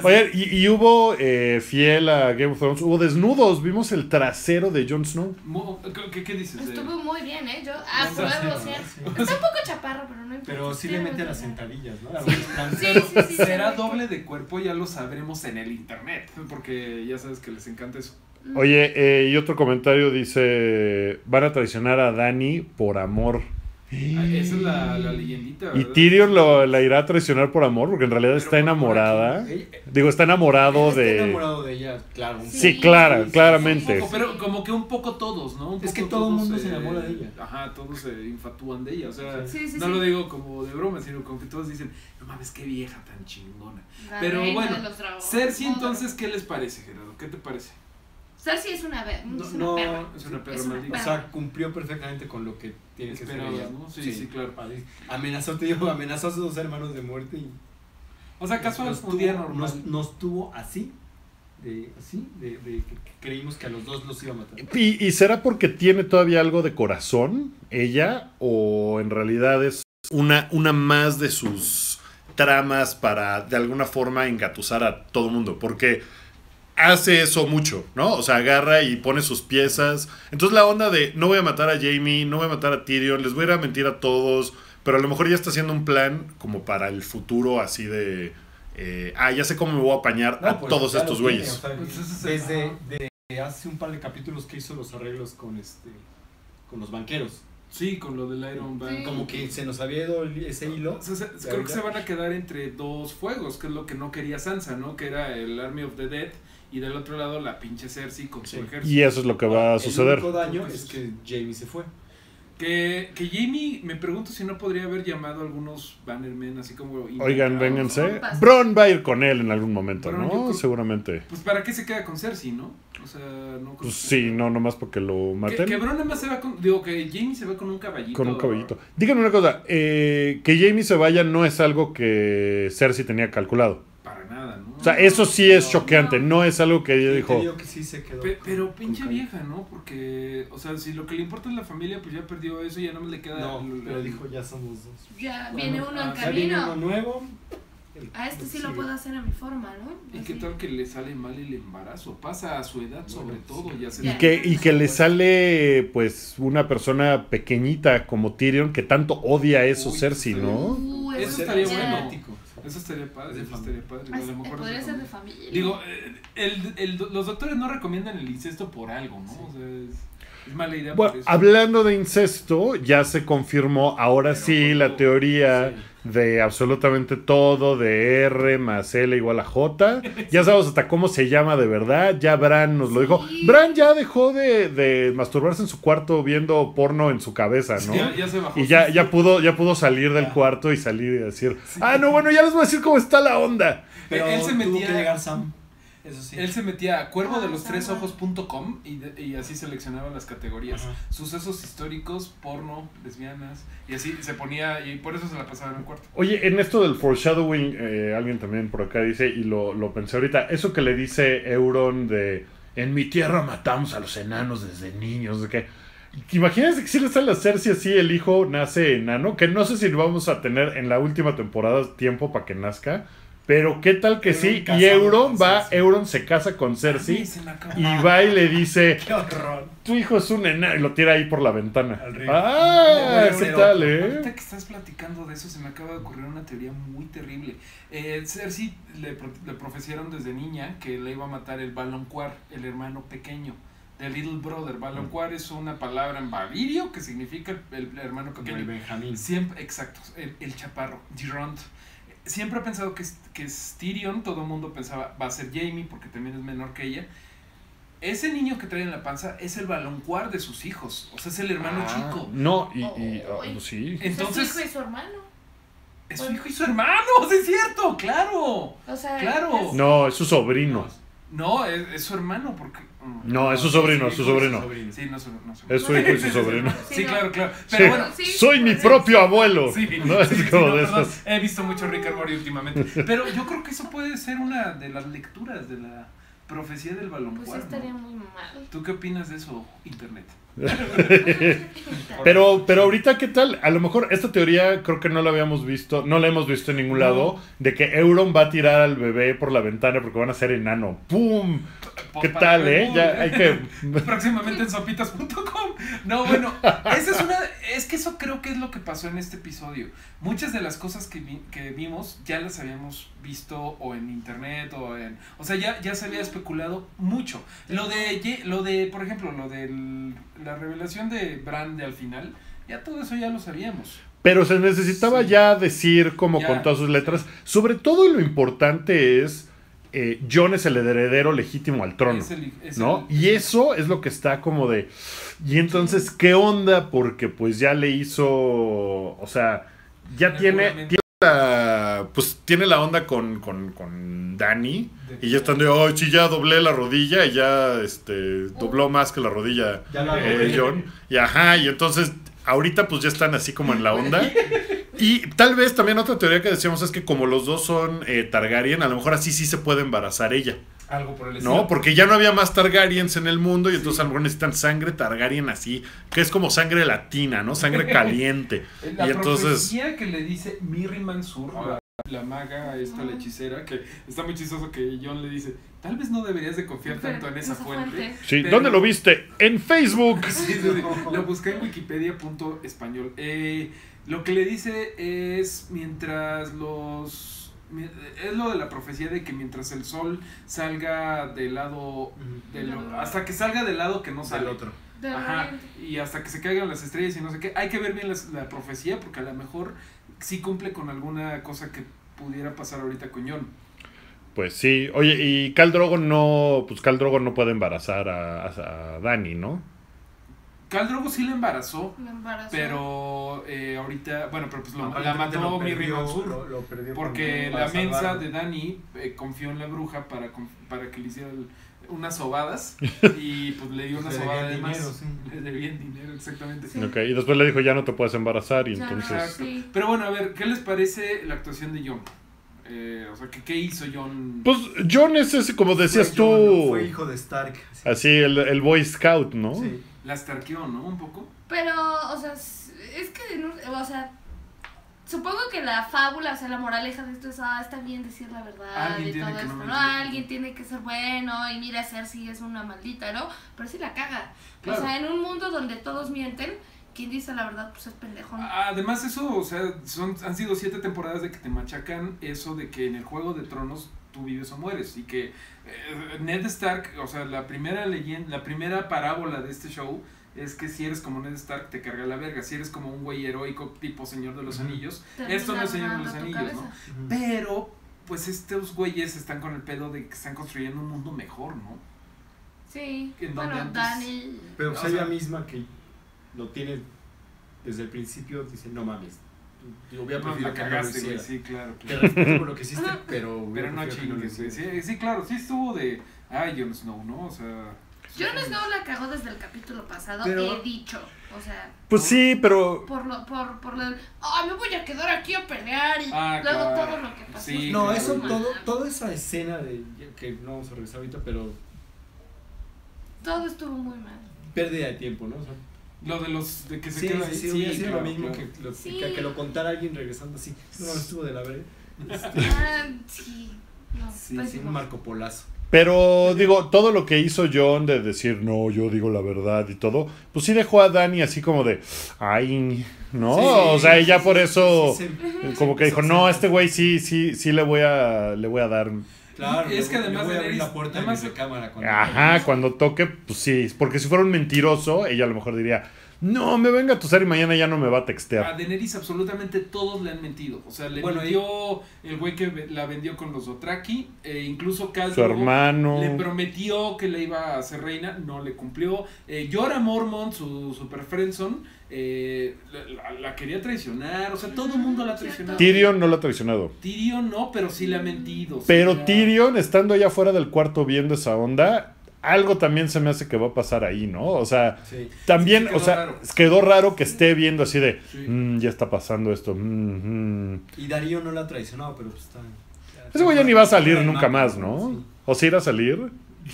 [SPEAKER 3] Oye, y, y hubo eh, fiel a Game of Thrones, hubo desnudos, vimos el trasero de Jon Snow.
[SPEAKER 2] Mo- ¿qué- ¿Qué, qué dices? de él?
[SPEAKER 4] Estuvo muy bien, ¿eh? Yo apruebo,
[SPEAKER 5] Sí,
[SPEAKER 4] sí.
[SPEAKER 5] sí.
[SPEAKER 4] Está un poco chaparro, pero no importa.
[SPEAKER 5] Pero sí le mete a las sentadillas, ¿no? A los planes.
[SPEAKER 4] Sí, sí, sí,
[SPEAKER 2] Será
[SPEAKER 4] sí, sí.
[SPEAKER 2] doble de cuerpo, ya lo sabremos en el internet, porque ya sabes que les encanta eso.
[SPEAKER 4] Mm,
[SPEAKER 3] Oye, eh, y otro comentario dice, van a traicionar a Dani por amor.
[SPEAKER 2] Ah, Esa es la, la leyendita.
[SPEAKER 3] Y
[SPEAKER 2] ¿verdad?
[SPEAKER 3] Tyrion lo- la irá a traicionar por amor, porque en realidad
[SPEAKER 2] Pero
[SPEAKER 3] está enamorada.
[SPEAKER 5] Ella-
[SPEAKER 2] ¿eh?
[SPEAKER 5] ella
[SPEAKER 3] Digo, está enamorado
[SPEAKER 5] Eh, está
[SPEAKER 3] ¿Ah? de...
[SPEAKER 5] enamorado de ella, claro. un
[SPEAKER 3] Sí,
[SPEAKER 4] Sí,
[SPEAKER 5] sí,
[SPEAKER 3] clara,
[SPEAKER 5] sí,
[SPEAKER 2] Un
[SPEAKER 3] claramente.
[SPEAKER 2] poco, pero como que un poco todos, ¿no? Un
[SPEAKER 5] Es
[SPEAKER 2] poco
[SPEAKER 5] que todo el
[SPEAKER 2] todos,
[SPEAKER 5] mundo se enamora de ella.
[SPEAKER 2] Ajá, todos se infatúan de ella. O sea,
[SPEAKER 4] Sí, sí,
[SPEAKER 2] no
[SPEAKER 4] sí.
[SPEAKER 2] lo digo como de broma, sino como que todos dicen, no mames, qué vieja tan chingona.
[SPEAKER 4] La
[SPEAKER 2] Pero
[SPEAKER 4] reina
[SPEAKER 2] bueno,
[SPEAKER 4] de los dragones.
[SPEAKER 2] Cersei, entonces, ¿qué les parece, Gerardo? ¿Qué te parece?
[SPEAKER 4] Cersei es una, be-
[SPEAKER 5] No,
[SPEAKER 4] es una
[SPEAKER 5] no,
[SPEAKER 4] perra.
[SPEAKER 2] Es una perra
[SPEAKER 4] Es una
[SPEAKER 5] O
[SPEAKER 2] maldita.
[SPEAKER 5] sea, cumplió perfectamente con lo que tiene que ser
[SPEAKER 2] Esperabas,
[SPEAKER 5] ella.
[SPEAKER 2] ¿no? Sí, sí, claro.
[SPEAKER 5] Amenazó, te digo, amenazó a sus dos hermanos de muerte y...
[SPEAKER 2] O sea, ¿acaso
[SPEAKER 5] nos
[SPEAKER 2] es un
[SPEAKER 5] tuvo-
[SPEAKER 2] día normal?
[SPEAKER 5] Nos, nos tuvo así, de, así, de, de que creímos que a los dos los iba a matar.
[SPEAKER 3] ¿Y, y será porque tiene todavía algo de corazón ella? ¿O en realidad es una, una más de sus tramas para de alguna forma engatusar a todo mundo? Porque hace eso mucho, ¿no? O sea, agarra y pone sus piezas. Entonces la onda de no voy a matar a Jamie, no voy a matar a Tyrion, les voy a ir a mentir a todos, pero a lo mejor ya está haciendo un plan como para el futuro así de... eh, ah, ya sé cómo me voy a apañar a
[SPEAKER 5] No, pues,
[SPEAKER 3] Ah, todos
[SPEAKER 5] ya
[SPEAKER 3] estos
[SPEAKER 5] lo tiene,
[SPEAKER 3] güeyes.
[SPEAKER 5] o sea,
[SPEAKER 2] Pues ese es el-
[SPEAKER 5] desde
[SPEAKER 2] ajá.
[SPEAKER 5] de hace un par de capítulos que hizo los arreglos con este con los banqueros.
[SPEAKER 2] Sí, con lo del Iron Bank.
[SPEAKER 4] Sí.
[SPEAKER 5] Como que se nos había ido el- ese hilo.
[SPEAKER 2] O sea, se- creo que se van
[SPEAKER 5] pues
[SPEAKER 2] a quedar entre dos fuegos, que es lo que no quería Sansa, ¿no? Que era el Army of the Dead y del otro lado la pinche Cersei con su
[SPEAKER 5] Sí.
[SPEAKER 2] ejército.
[SPEAKER 3] Y eso es lo que va a suceder.
[SPEAKER 5] El único daño es que Jamie se fue.
[SPEAKER 2] Que, que Jamie, me pregunto si no podría haber llamado a algunos Bannermen así como...
[SPEAKER 3] Oigan,
[SPEAKER 2] inventados.
[SPEAKER 3] vénganse.
[SPEAKER 4] compas.
[SPEAKER 3] Bron va a ir con él en algún momento,
[SPEAKER 2] Bron, yo
[SPEAKER 3] ¿no?
[SPEAKER 2] creo-
[SPEAKER 3] Seguramente.
[SPEAKER 2] Pues para qué se queda con Cersei, ¿no? O sea, no... creo
[SPEAKER 3] Pues
[SPEAKER 2] que-
[SPEAKER 3] sí, no, nomás porque lo
[SPEAKER 2] Que, que
[SPEAKER 3] maten
[SPEAKER 2] Bron nada más se va con... Digo, que Jamie se va con un caballito.
[SPEAKER 3] con un caballito. Díganme una cosa, eh, que Jamie se vaya no es algo que Cersei tenía calculado.
[SPEAKER 2] Para nada, ¿no?
[SPEAKER 3] O sea, eso sí es
[SPEAKER 4] No,
[SPEAKER 3] choqueante,
[SPEAKER 4] no.
[SPEAKER 3] no es algo que ella
[SPEAKER 5] Te
[SPEAKER 3] dijo.
[SPEAKER 5] digo que sí se quedó.
[SPEAKER 2] Pe-
[SPEAKER 5] con-
[SPEAKER 2] pero
[SPEAKER 5] con
[SPEAKER 2] pinche
[SPEAKER 5] Kylie.
[SPEAKER 2] vieja, ¿no? Porque, o sea, si lo que le importa es la familia, pues ya perdió eso y ya no me le queda...
[SPEAKER 5] No,
[SPEAKER 2] el-
[SPEAKER 5] pero dijo ya somos dos.
[SPEAKER 4] Ya viene
[SPEAKER 2] Bueno,
[SPEAKER 4] uno
[SPEAKER 2] ah,
[SPEAKER 4] en
[SPEAKER 2] ya
[SPEAKER 5] Ya viene uno
[SPEAKER 4] camino.
[SPEAKER 5] nuevo.
[SPEAKER 4] A este sí lo puedo hacer a mi forma, ¿no?
[SPEAKER 2] ¿Y qué
[SPEAKER 4] Así.
[SPEAKER 2] tal que le sale mal el embarazo? Pasa a su edad sobre
[SPEAKER 5] Bueno,
[SPEAKER 2] todo,
[SPEAKER 5] sí.
[SPEAKER 2] ya se
[SPEAKER 3] Y
[SPEAKER 4] Ya.
[SPEAKER 3] que, y que le sale, pues, una persona pequeñita como Tyrion que tanto odia eso
[SPEAKER 2] Uy,
[SPEAKER 3] Cersei, ¿no?
[SPEAKER 4] Uh,
[SPEAKER 2] Eso
[SPEAKER 4] eso
[SPEAKER 2] estaría
[SPEAKER 4] ya-
[SPEAKER 2] bueno.
[SPEAKER 5] Ético.
[SPEAKER 2] Eso estaría padre,
[SPEAKER 5] De
[SPEAKER 2] eso
[SPEAKER 5] familia.
[SPEAKER 2] estaría padre.
[SPEAKER 4] Ah,
[SPEAKER 2] A lo mejor
[SPEAKER 4] Podría
[SPEAKER 2] es
[SPEAKER 4] ser
[SPEAKER 2] de
[SPEAKER 4] de
[SPEAKER 2] familia.
[SPEAKER 4] familia.
[SPEAKER 2] Digo, eh, el- el- los doctores no recomiendan el incesto por algo, ¿no? O sea, es, es mala idea.
[SPEAKER 3] Bueno,
[SPEAKER 2] por eso.
[SPEAKER 3] hablando de incesto, ya se confirmó ahora
[SPEAKER 2] Pero
[SPEAKER 3] sí
[SPEAKER 2] con
[SPEAKER 3] la
[SPEAKER 2] todo.
[SPEAKER 3] teoría
[SPEAKER 5] Sí.
[SPEAKER 3] de absolutamente todo, de R más L igual a J. Ya sabemos hasta cómo se llama de verdad, ya Bran nos lo dijo.
[SPEAKER 4] Sí.
[SPEAKER 3] Bran ya dejó de, de masturbarse en su cuarto viendo porno en su cabeza, ¿no?
[SPEAKER 2] Ya, ya se bajó.
[SPEAKER 3] Y ya, ya pudo, ya pudo salir del
[SPEAKER 5] Ya.
[SPEAKER 3] cuarto y salir y decir, ah, no, bueno, ya les voy a decir cómo está la onda.
[SPEAKER 5] Pero
[SPEAKER 2] Él se
[SPEAKER 5] tuvo
[SPEAKER 2] metía-
[SPEAKER 5] que llegar Sam. Eso sí.
[SPEAKER 2] Él se metía a cuervo de los
[SPEAKER 4] Ah,
[SPEAKER 2] tres
[SPEAKER 4] está
[SPEAKER 2] ojos.com y, de- y así seleccionaba las categorías.
[SPEAKER 5] Ajá.
[SPEAKER 2] Sucesos históricos, porno, lesbianas. Y así se ponía, y por eso se la pasaba en el cuarto.
[SPEAKER 3] Oye, en esto del foreshadowing, eh, alguien también por acá dice, y lo, lo pensé ahorita, eso que le dice Euron de, en mi tierra matamos a los enanos desde niños, de que... Imagínense que si le sale a Cersei así, el hijo nace enano, que no sé si lo vamos a tener en la última temporada tiempo para que nazca, pero qué tal que
[SPEAKER 5] Euron
[SPEAKER 3] sí, y
[SPEAKER 5] casado
[SPEAKER 3] Euron
[SPEAKER 5] con
[SPEAKER 3] va,
[SPEAKER 5] Cersei. Ah,
[SPEAKER 3] Euron se casa con Cersei
[SPEAKER 2] Ay, se me acabó.
[SPEAKER 3] y va y le dice,
[SPEAKER 5] Qué horror.
[SPEAKER 3] tu hijo es un enano, y lo tira ahí por la ventana.
[SPEAKER 5] Al río.
[SPEAKER 3] Ah,
[SPEAKER 5] Bueno,
[SPEAKER 3] ¿qué
[SPEAKER 5] pero-
[SPEAKER 3] tal, eh?
[SPEAKER 2] Ahorita que estás platicando de eso, se me acaba de ocurrir una teoría muy terrible. Eh, Cersei le, pro- le profecieron desde niña que le iba a matar el Balonquar, el hermano pequeño. The Little Brother. Balonquar es una palabra en vavirio que significa el, el hermano
[SPEAKER 5] Como el
[SPEAKER 2] pequeño.
[SPEAKER 5] Benjamín.
[SPEAKER 2] Siempre, exacto, el, el chaparro, Gerond. Siempre he pensado que es, que es Tyrion, todo el mundo pensaba, va a ser Jamie porque también es menor que ella. Ese niño que trae en la panza es el baloncuar de sus hijos, o sea, es el hermano
[SPEAKER 3] Ah,
[SPEAKER 2] chico.
[SPEAKER 3] No, y,
[SPEAKER 4] Oh,
[SPEAKER 3] y- ah,
[SPEAKER 4] Ay.
[SPEAKER 3] sí.
[SPEAKER 4] Entonces.
[SPEAKER 2] Entonces-
[SPEAKER 4] Pues Su hijo y su hermano.
[SPEAKER 2] Es su hijo y su hermano, sí es cierto, claro.
[SPEAKER 4] O sea.
[SPEAKER 2] Claro.
[SPEAKER 4] es-
[SPEAKER 3] No, es su sobrino.
[SPEAKER 2] No, es, es su hermano, porque. mm,
[SPEAKER 3] No, es su sobrino, es su sobrino.
[SPEAKER 5] sobrino.
[SPEAKER 2] Sí, no es su, no es su-
[SPEAKER 3] Es su hijo y su sobrino.
[SPEAKER 2] Sí,
[SPEAKER 4] no.
[SPEAKER 2] claro, claro. Pero
[SPEAKER 3] Sí.
[SPEAKER 2] bueno.
[SPEAKER 4] Sí,
[SPEAKER 3] Soy mi
[SPEAKER 4] pues,
[SPEAKER 3] propio abuelo.
[SPEAKER 2] Sí,
[SPEAKER 3] No
[SPEAKER 2] sí,
[SPEAKER 3] es
[SPEAKER 2] sí,
[SPEAKER 3] como
[SPEAKER 2] no,
[SPEAKER 3] de
[SPEAKER 2] perdón,
[SPEAKER 3] esas.
[SPEAKER 2] He visto mucho Rick and Morty últimamente. Pero yo creo que eso puede ser una de las lecturas de la profecía del balón.
[SPEAKER 4] Pues sí estaría muy mal.
[SPEAKER 2] ¿Tú qué opinas de eso, internet?
[SPEAKER 3] Pero, pero ahorita, ¿qué tal? A lo mejor esta teoría creo que no la habíamos visto, no la hemos visto en ningún
[SPEAKER 2] No.
[SPEAKER 3] lado, de que Euron va a tirar al bebé por la ventana porque van a ser enano. ¡Pum!
[SPEAKER 2] Por-
[SPEAKER 3] ¿Qué
[SPEAKER 2] para-
[SPEAKER 3] tal, eh? Ya hay que...
[SPEAKER 2] Próximamente en sopitas.com. No, bueno, esa es una. Es que eso creo que es lo que pasó en este episodio. Muchas de las cosas que, vi- que vimos ya las habíamos visto o en internet o en. O sea, ya, ya se había especulado mucho. Lo de, Ye- lo de por ejemplo, lo de la revelación de Brand al final, ya todo eso ya lo sabíamos.
[SPEAKER 3] Pero se necesitaba
[SPEAKER 2] Sí.
[SPEAKER 3] ya decir como
[SPEAKER 2] Ya.
[SPEAKER 3] con todas sus letras. Sobre todo lo importante es, eh, John es el heredero legítimo al trono.
[SPEAKER 2] Es el- es
[SPEAKER 3] ¿no?
[SPEAKER 2] el-
[SPEAKER 3] Y eso es lo que está como de. Y entonces, ¿qué onda? Porque pues ya le hizo. O sea, ya
[SPEAKER 2] El
[SPEAKER 3] tiene.
[SPEAKER 2] juramento.
[SPEAKER 3] tiene la, pues tiene la onda con, con, con Dani. Y ya están de. Oh, sí, ya doblé la rodilla. Y ya este, dobló más que la rodilla
[SPEAKER 5] Ya la
[SPEAKER 3] eh,
[SPEAKER 5] doblé.
[SPEAKER 3] John. Y ajá, y entonces. Ahorita pues ya están así como en la onda. Y tal vez también otra teoría que decíamos es que como los dos son eh, Targaryen, a lo mejor así sí se puede embarazar ella.
[SPEAKER 5] Algo por el
[SPEAKER 3] No, porque ya no había más Targaryens en el mundo y entonces a lo mejor necesitan sangre Targaryen así, que es como sangre latina, ¿no? Sangre caliente.
[SPEAKER 2] Eh, La
[SPEAKER 3] y entonces,
[SPEAKER 2] profecía que le dice Mirri Mansur, la, la maga, esta la
[SPEAKER 4] Ah.
[SPEAKER 2] hechicera, que está muy chistoso que John le dice, tal vez no deberías de confiar tanto en esa fuente.
[SPEAKER 3] sí,
[SPEAKER 2] pero-
[SPEAKER 3] ¿dónde lo viste? En Facebook.
[SPEAKER 2] Sí, sí, sí. Lo busqué en wikipedia.español. Eh, lo que le dice es mientras los... mi- Es lo de la profecía de que mientras el sol salga del lado... de lo- hasta que salga del lado que no
[SPEAKER 5] Al
[SPEAKER 2] sale.
[SPEAKER 5] otro.
[SPEAKER 4] De
[SPEAKER 2] Ajá,
[SPEAKER 4] repente.
[SPEAKER 2] y hasta que se caigan las estrellas y no sé qué. Hay que ver bien las- la profecía porque a lo mejor sí cumple con alguna cosa que pudiera pasar ahorita con John.
[SPEAKER 3] Pues sí, oye, y Cal Drogo no, pues Cal Drogo no puede embarazar a, a- a Dani, ¿no?
[SPEAKER 2] Khal Drogo sí la embarazó,
[SPEAKER 4] Me embarazó.
[SPEAKER 2] pero eh, ahorita, bueno, pero pues lo- la
[SPEAKER 5] Aparentemente
[SPEAKER 2] mató
[SPEAKER 5] lo
[SPEAKER 2] Mirri
[SPEAKER 5] perdió,
[SPEAKER 2] Mansur.
[SPEAKER 5] lo- lo perdió
[SPEAKER 2] Porque
[SPEAKER 5] para
[SPEAKER 2] la mensa
[SPEAKER 5] salvarlo.
[SPEAKER 2] de Dani eh, confió en la bruja para, conf- para que le hiciera el- unas sobadas y pues le dio una
[SPEAKER 5] Le
[SPEAKER 2] sobada de
[SPEAKER 5] debían
[SPEAKER 2] más.
[SPEAKER 5] dinero, sí.
[SPEAKER 2] Le debían dinero, exactamente.
[SPEAKER 4] Sí.
[SPEAKER 3] Ok, y después le dijo, ya no te puedes embarazar y
[SPEAKER 4] Ya no,
[SPEAKER 3] entonces...
[SPEAKER 4] sí.
[SPEAKER 2] Pero bueno, a ver, ¿qué les parece la actuación de John? Eh, o sea, ¿qué, qué hizo John?
[SPEAKER 3] Pues John es ese, como decías
[SPEAKER 5] Fue Pues Jon, ¿no?
[SPEAKER 3] tú,
[SPEAKER 5] Fue hijo de Stark. así.
[SPEAKER 3] así el, el Boy Scout, ¿no?
[SPEAKER 5] Sí.
[SPEAKER 2] Las tarqueó, ¿no? Un poco.
[SPEAKER 4] Pero, o sea, s- es que, no- o sea, supongo que la fábula, o sea, la moraleja de esto es, ah, está bien decir la verdad
[SPEAKER 2] Alguien
[SPEAKER 4] y
[SPEAKER 2] tiene
[SPEAKER 4] todo
[SPEAKER 2] que
[SPEAKER 4] esto,
[SPEAKER 2] no
[SPEAKER 4] ¿no?
[SPEAKER 2] mentir.
[SPEAKER 4] Alguien tiene que ser bueno y mira, Cersei es una maldita, ¿no? Pero sí la caga.
[SPEAKER 2] Claro.
[SPEAKER 4] O sea, en un mundo donde todos mienten, quien dice la verdad, pues es pendejo, ¿no?
[SPEAKER 2] Además, eso, o sea, son, han sido siete temporadas de que te machacan eso de que en el Juego de Tronos tú vives o mueres. Y que eh, Ned Stark, o sea, la primera leyenda, la primera parábola de este show es que si eres como Ned Stark te carga la verga. Si eres como un güey heroico tipo Señor de los
[SPEAKER 5] Ujú.
[SPEAKER 2] Anillos,
[SPEAKER 4] Termina
[SPEAKER 2] esto no es Señor de
[SPEAKER 4] ganando
[SPEAKER 2] los
[SPEAKER 4] tu
[SPEAKER 2] Anillos,
[SPEAKER 4] cabeza.
[SPEAKER 2] ¿no? Pero, pues estos güeyes están con el pedo de que están construyendo un mundo mejor, ¿no?
[SPEAKER 4] Sí.
[SPEAKER 2] ¿En
[SPEAKER 4] Bueno,
[SPEAKER 2] dónde antes?
[SPEAKER 4] Dani.
[SPEAKER 5] Pero pues
[SPEAKER 2] O sea-
[SPEAKER 5] ella misma que lo tiene desde el principio, dice, no mames, yo hubiera
[SPEAKER 2] No,
[SPEAKER 5] preferido
[SPEAKER 2] la
[SPEAKER 5] que no lo
[SPEAKER 2] cagaste, güey.
[SPEAKER 5] hiciera.
[SPEAKER 2] Sí, claro.
[SPEAKER 5] Te respeto por lo que hiciste, pero...
[SPEAKER 2] Pero
[SPEAKER 5] hubiera
[SPEAKER 2] no
[SPEAKER 5] preferido que lo
[SPEAKER 2] chingues, güey.
[SPEAKER 5] hiciera.
[SPEAKER 2] Sí, sí, claro, sí estuvo de. Ah, Jon Snow, ¿no? O sea.
[SPEAKER 4] Jon Snow la cagó desde el capítulo pasado,
[SPEAKER 5] Pero-
[SPEAKER 4] he dicho. O sea,
[SPEAKER 3] Pues sí, pero.
[SPEAKER 4] por lo, por, por lo del, "Ay, me voy a quedar aquí a pelear y
[SPEAKER 2] Ah,
[SPEAKER 4] luego
[SPEAKER 2] claro.
[SPEAKER 4] todo lo que pasó.
[SPEAKER 2] Sí,
[SPEAKER 5] No,
[SPEAKER 2] claro.
[SPEAKER 5] eso,
[SPEAKER 2] güey.
[SPEAKER 5] todo, toda esa escena de... Que no vamos a regresar ahorita, pero...
[SPEAKER 4] Todo estuvo muy mal.
[SPEAKER 5] Pérdida de tiempo, ¿no? O sea,
[SPEAKER 2] Lo de los. De que se
[SPEAKER 5] sí,
[SPEAKER 2] queda
[SPEAKER 5] sí,
[SPEAKER 2] ahí.
[SPEAKER 5] sí, hubiera sido
[SPEAKER 2] claro,
[SPEAKER 5] lo mismo
[SPEAKER 2] claro.
[SPEAKER 5] que, lo,
[SPEAKER 4] Sí.
[SPEAKER 5] que, que lo contara alguien regresando así. No, estuvo de la verga.
[SPEAKER 4] Ah, sí. No,
[SPEAKER 5] Sí, sí,
[SPEAKER 4] pésimo.
[SPEAKER 5] un Marco Polazo.
[SPEAKER 3] Pero digo, todo lo que hizo John de decir no, yo digo la verdad y todo, pues sí dejó a Dani así como de, ay, no,
[SPEAKER 5] Sí,
[SPEAKER 3] o sea,
[SPEAKER 5] sí,
[SPEAKER 3] ella
[SPEAKER 5] sí,
[SPEAKER 3] por
[SPEAKER 5] sí,
[SPEAKER 3] eso, eh,
[SPEAKER 5] sí, sí, sí,
[SPEAKER 3] como que
[SPEAKER 5] sí,
[SPEAKER 3] dijo,
[SPEAKER 5] sí,
[SPEAKER 3] no,
[SPEAKER 5] sí.
[SPEAKER 3] este güey sí, sí, sí le voy a, le voy a dar.
[SPEAKER 5] Claro,
[SPEAKER 2] Es que
[SPEAKER 5] le- le
[SPEAKER 2] además
[SPEAKER 5] voy a
[SPEAKER 2] de
[SPEAKER 5] abrir
[SPEAKER 2] Daenerys-
[SPEAKER 5] la puerta
[SPEAKER 2] además-
[SPEAKER 5] de mi cámara cuando
[SPEAKER 3] Ajá, cuando toque, pues sí, porque si fuera un mentiroso, ella a lo mejor diría, no, me venga a tusar y mañana ya no me va a
[SPEAKER 2] A
[SPEAKER 3] textear.
[SPEAKER 2] Daenerys absolutamente todos le han mentido. O sea, le
[SPEAKER 5] Bueno,
[SPEAKER 2] mintió el güey que ve- la vendió con los Dothraki. e incluso
[SPEAKER 5] Ah,
[SPEAKER 2] Khal
[SPEAKER 3] Su
[SPEAKER 2] Drogo Le
[SPEAKER 3] hermano.
[SPEAKER 2] prometió que le iba a hacer reina, no le cumplió. Eh, Jorah Mormont, su super friendson, eh, la, la- la quería traicionar. O sea, todo el mundo la ha traicionado.
[SPEAKER 3] Tyrion no lo ha traicionado.
[SPEAKER 2] Tyrion no, pero sí le ha mentido. sí le
[SPEAKER 3] Pero
[SPEAKER 2] ha-
[SPEAKER 3] Tyrion, estando allá afuera del cuarto viendo esa onda, algo también se me hace que va a pasar ahí, ¿no? O sea,
[SPEAKER 5] Sí.
[SPEAKER 3] también,
[SPEAKER 2] Sí, sí,
[SPEAKER 3] o
[SPEAKER 2] quedó
[SPEAKER 3] sea,
[SPEAKER 2] raro.
[SPEAKER 3] quedó raro que esté viendo así de,
[SPEAKER 2] Sí.
[SPEAKER 3] "Mm, ya está pasando esto. mm, mm".
[SPEAKER 5] Y Darío no la ha traicionado, pero pues está.
[SPEAKER 3] Ese güey ya ni va a salir
[SPEAKER 5] Está
[SPEAKER 3] nunca
[SPEAKER 5] mal,
[SPEAKER 3] más, ¿no?
[SPEAKER 5] Sí.
[SPEAKER 3] O si irá a salir.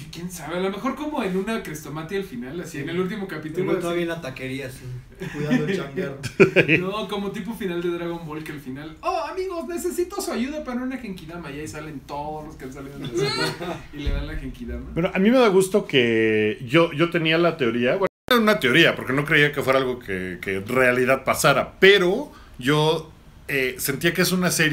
[SPEAKER 2] ¿Quién sabe? A lo mejor como en una crestomatia al final, así en el último
[SPEAKER 5] El
[SPEAKER 2] capítulo.
[SPEAKER 5] güey
[SPEAKER 2] así.
[SPEAKER 5] todavía en la taquería, así, cuidando el changarro.
[SPEAKER 2] No, como tipo final de Dragon Ball que al final, oh amigos, necesito su ayuda para una Genkidama. Y ahí salen todos los que han salido de la serie y le dan la Genkidama.
[SPEAKER 3] Pero a mí me da gusto que yo, yo tenía la teoría, bueno, era una teoría, porque no creía que fuera algo que, que en realidad pasara, pero yo eh, sentía que es una serie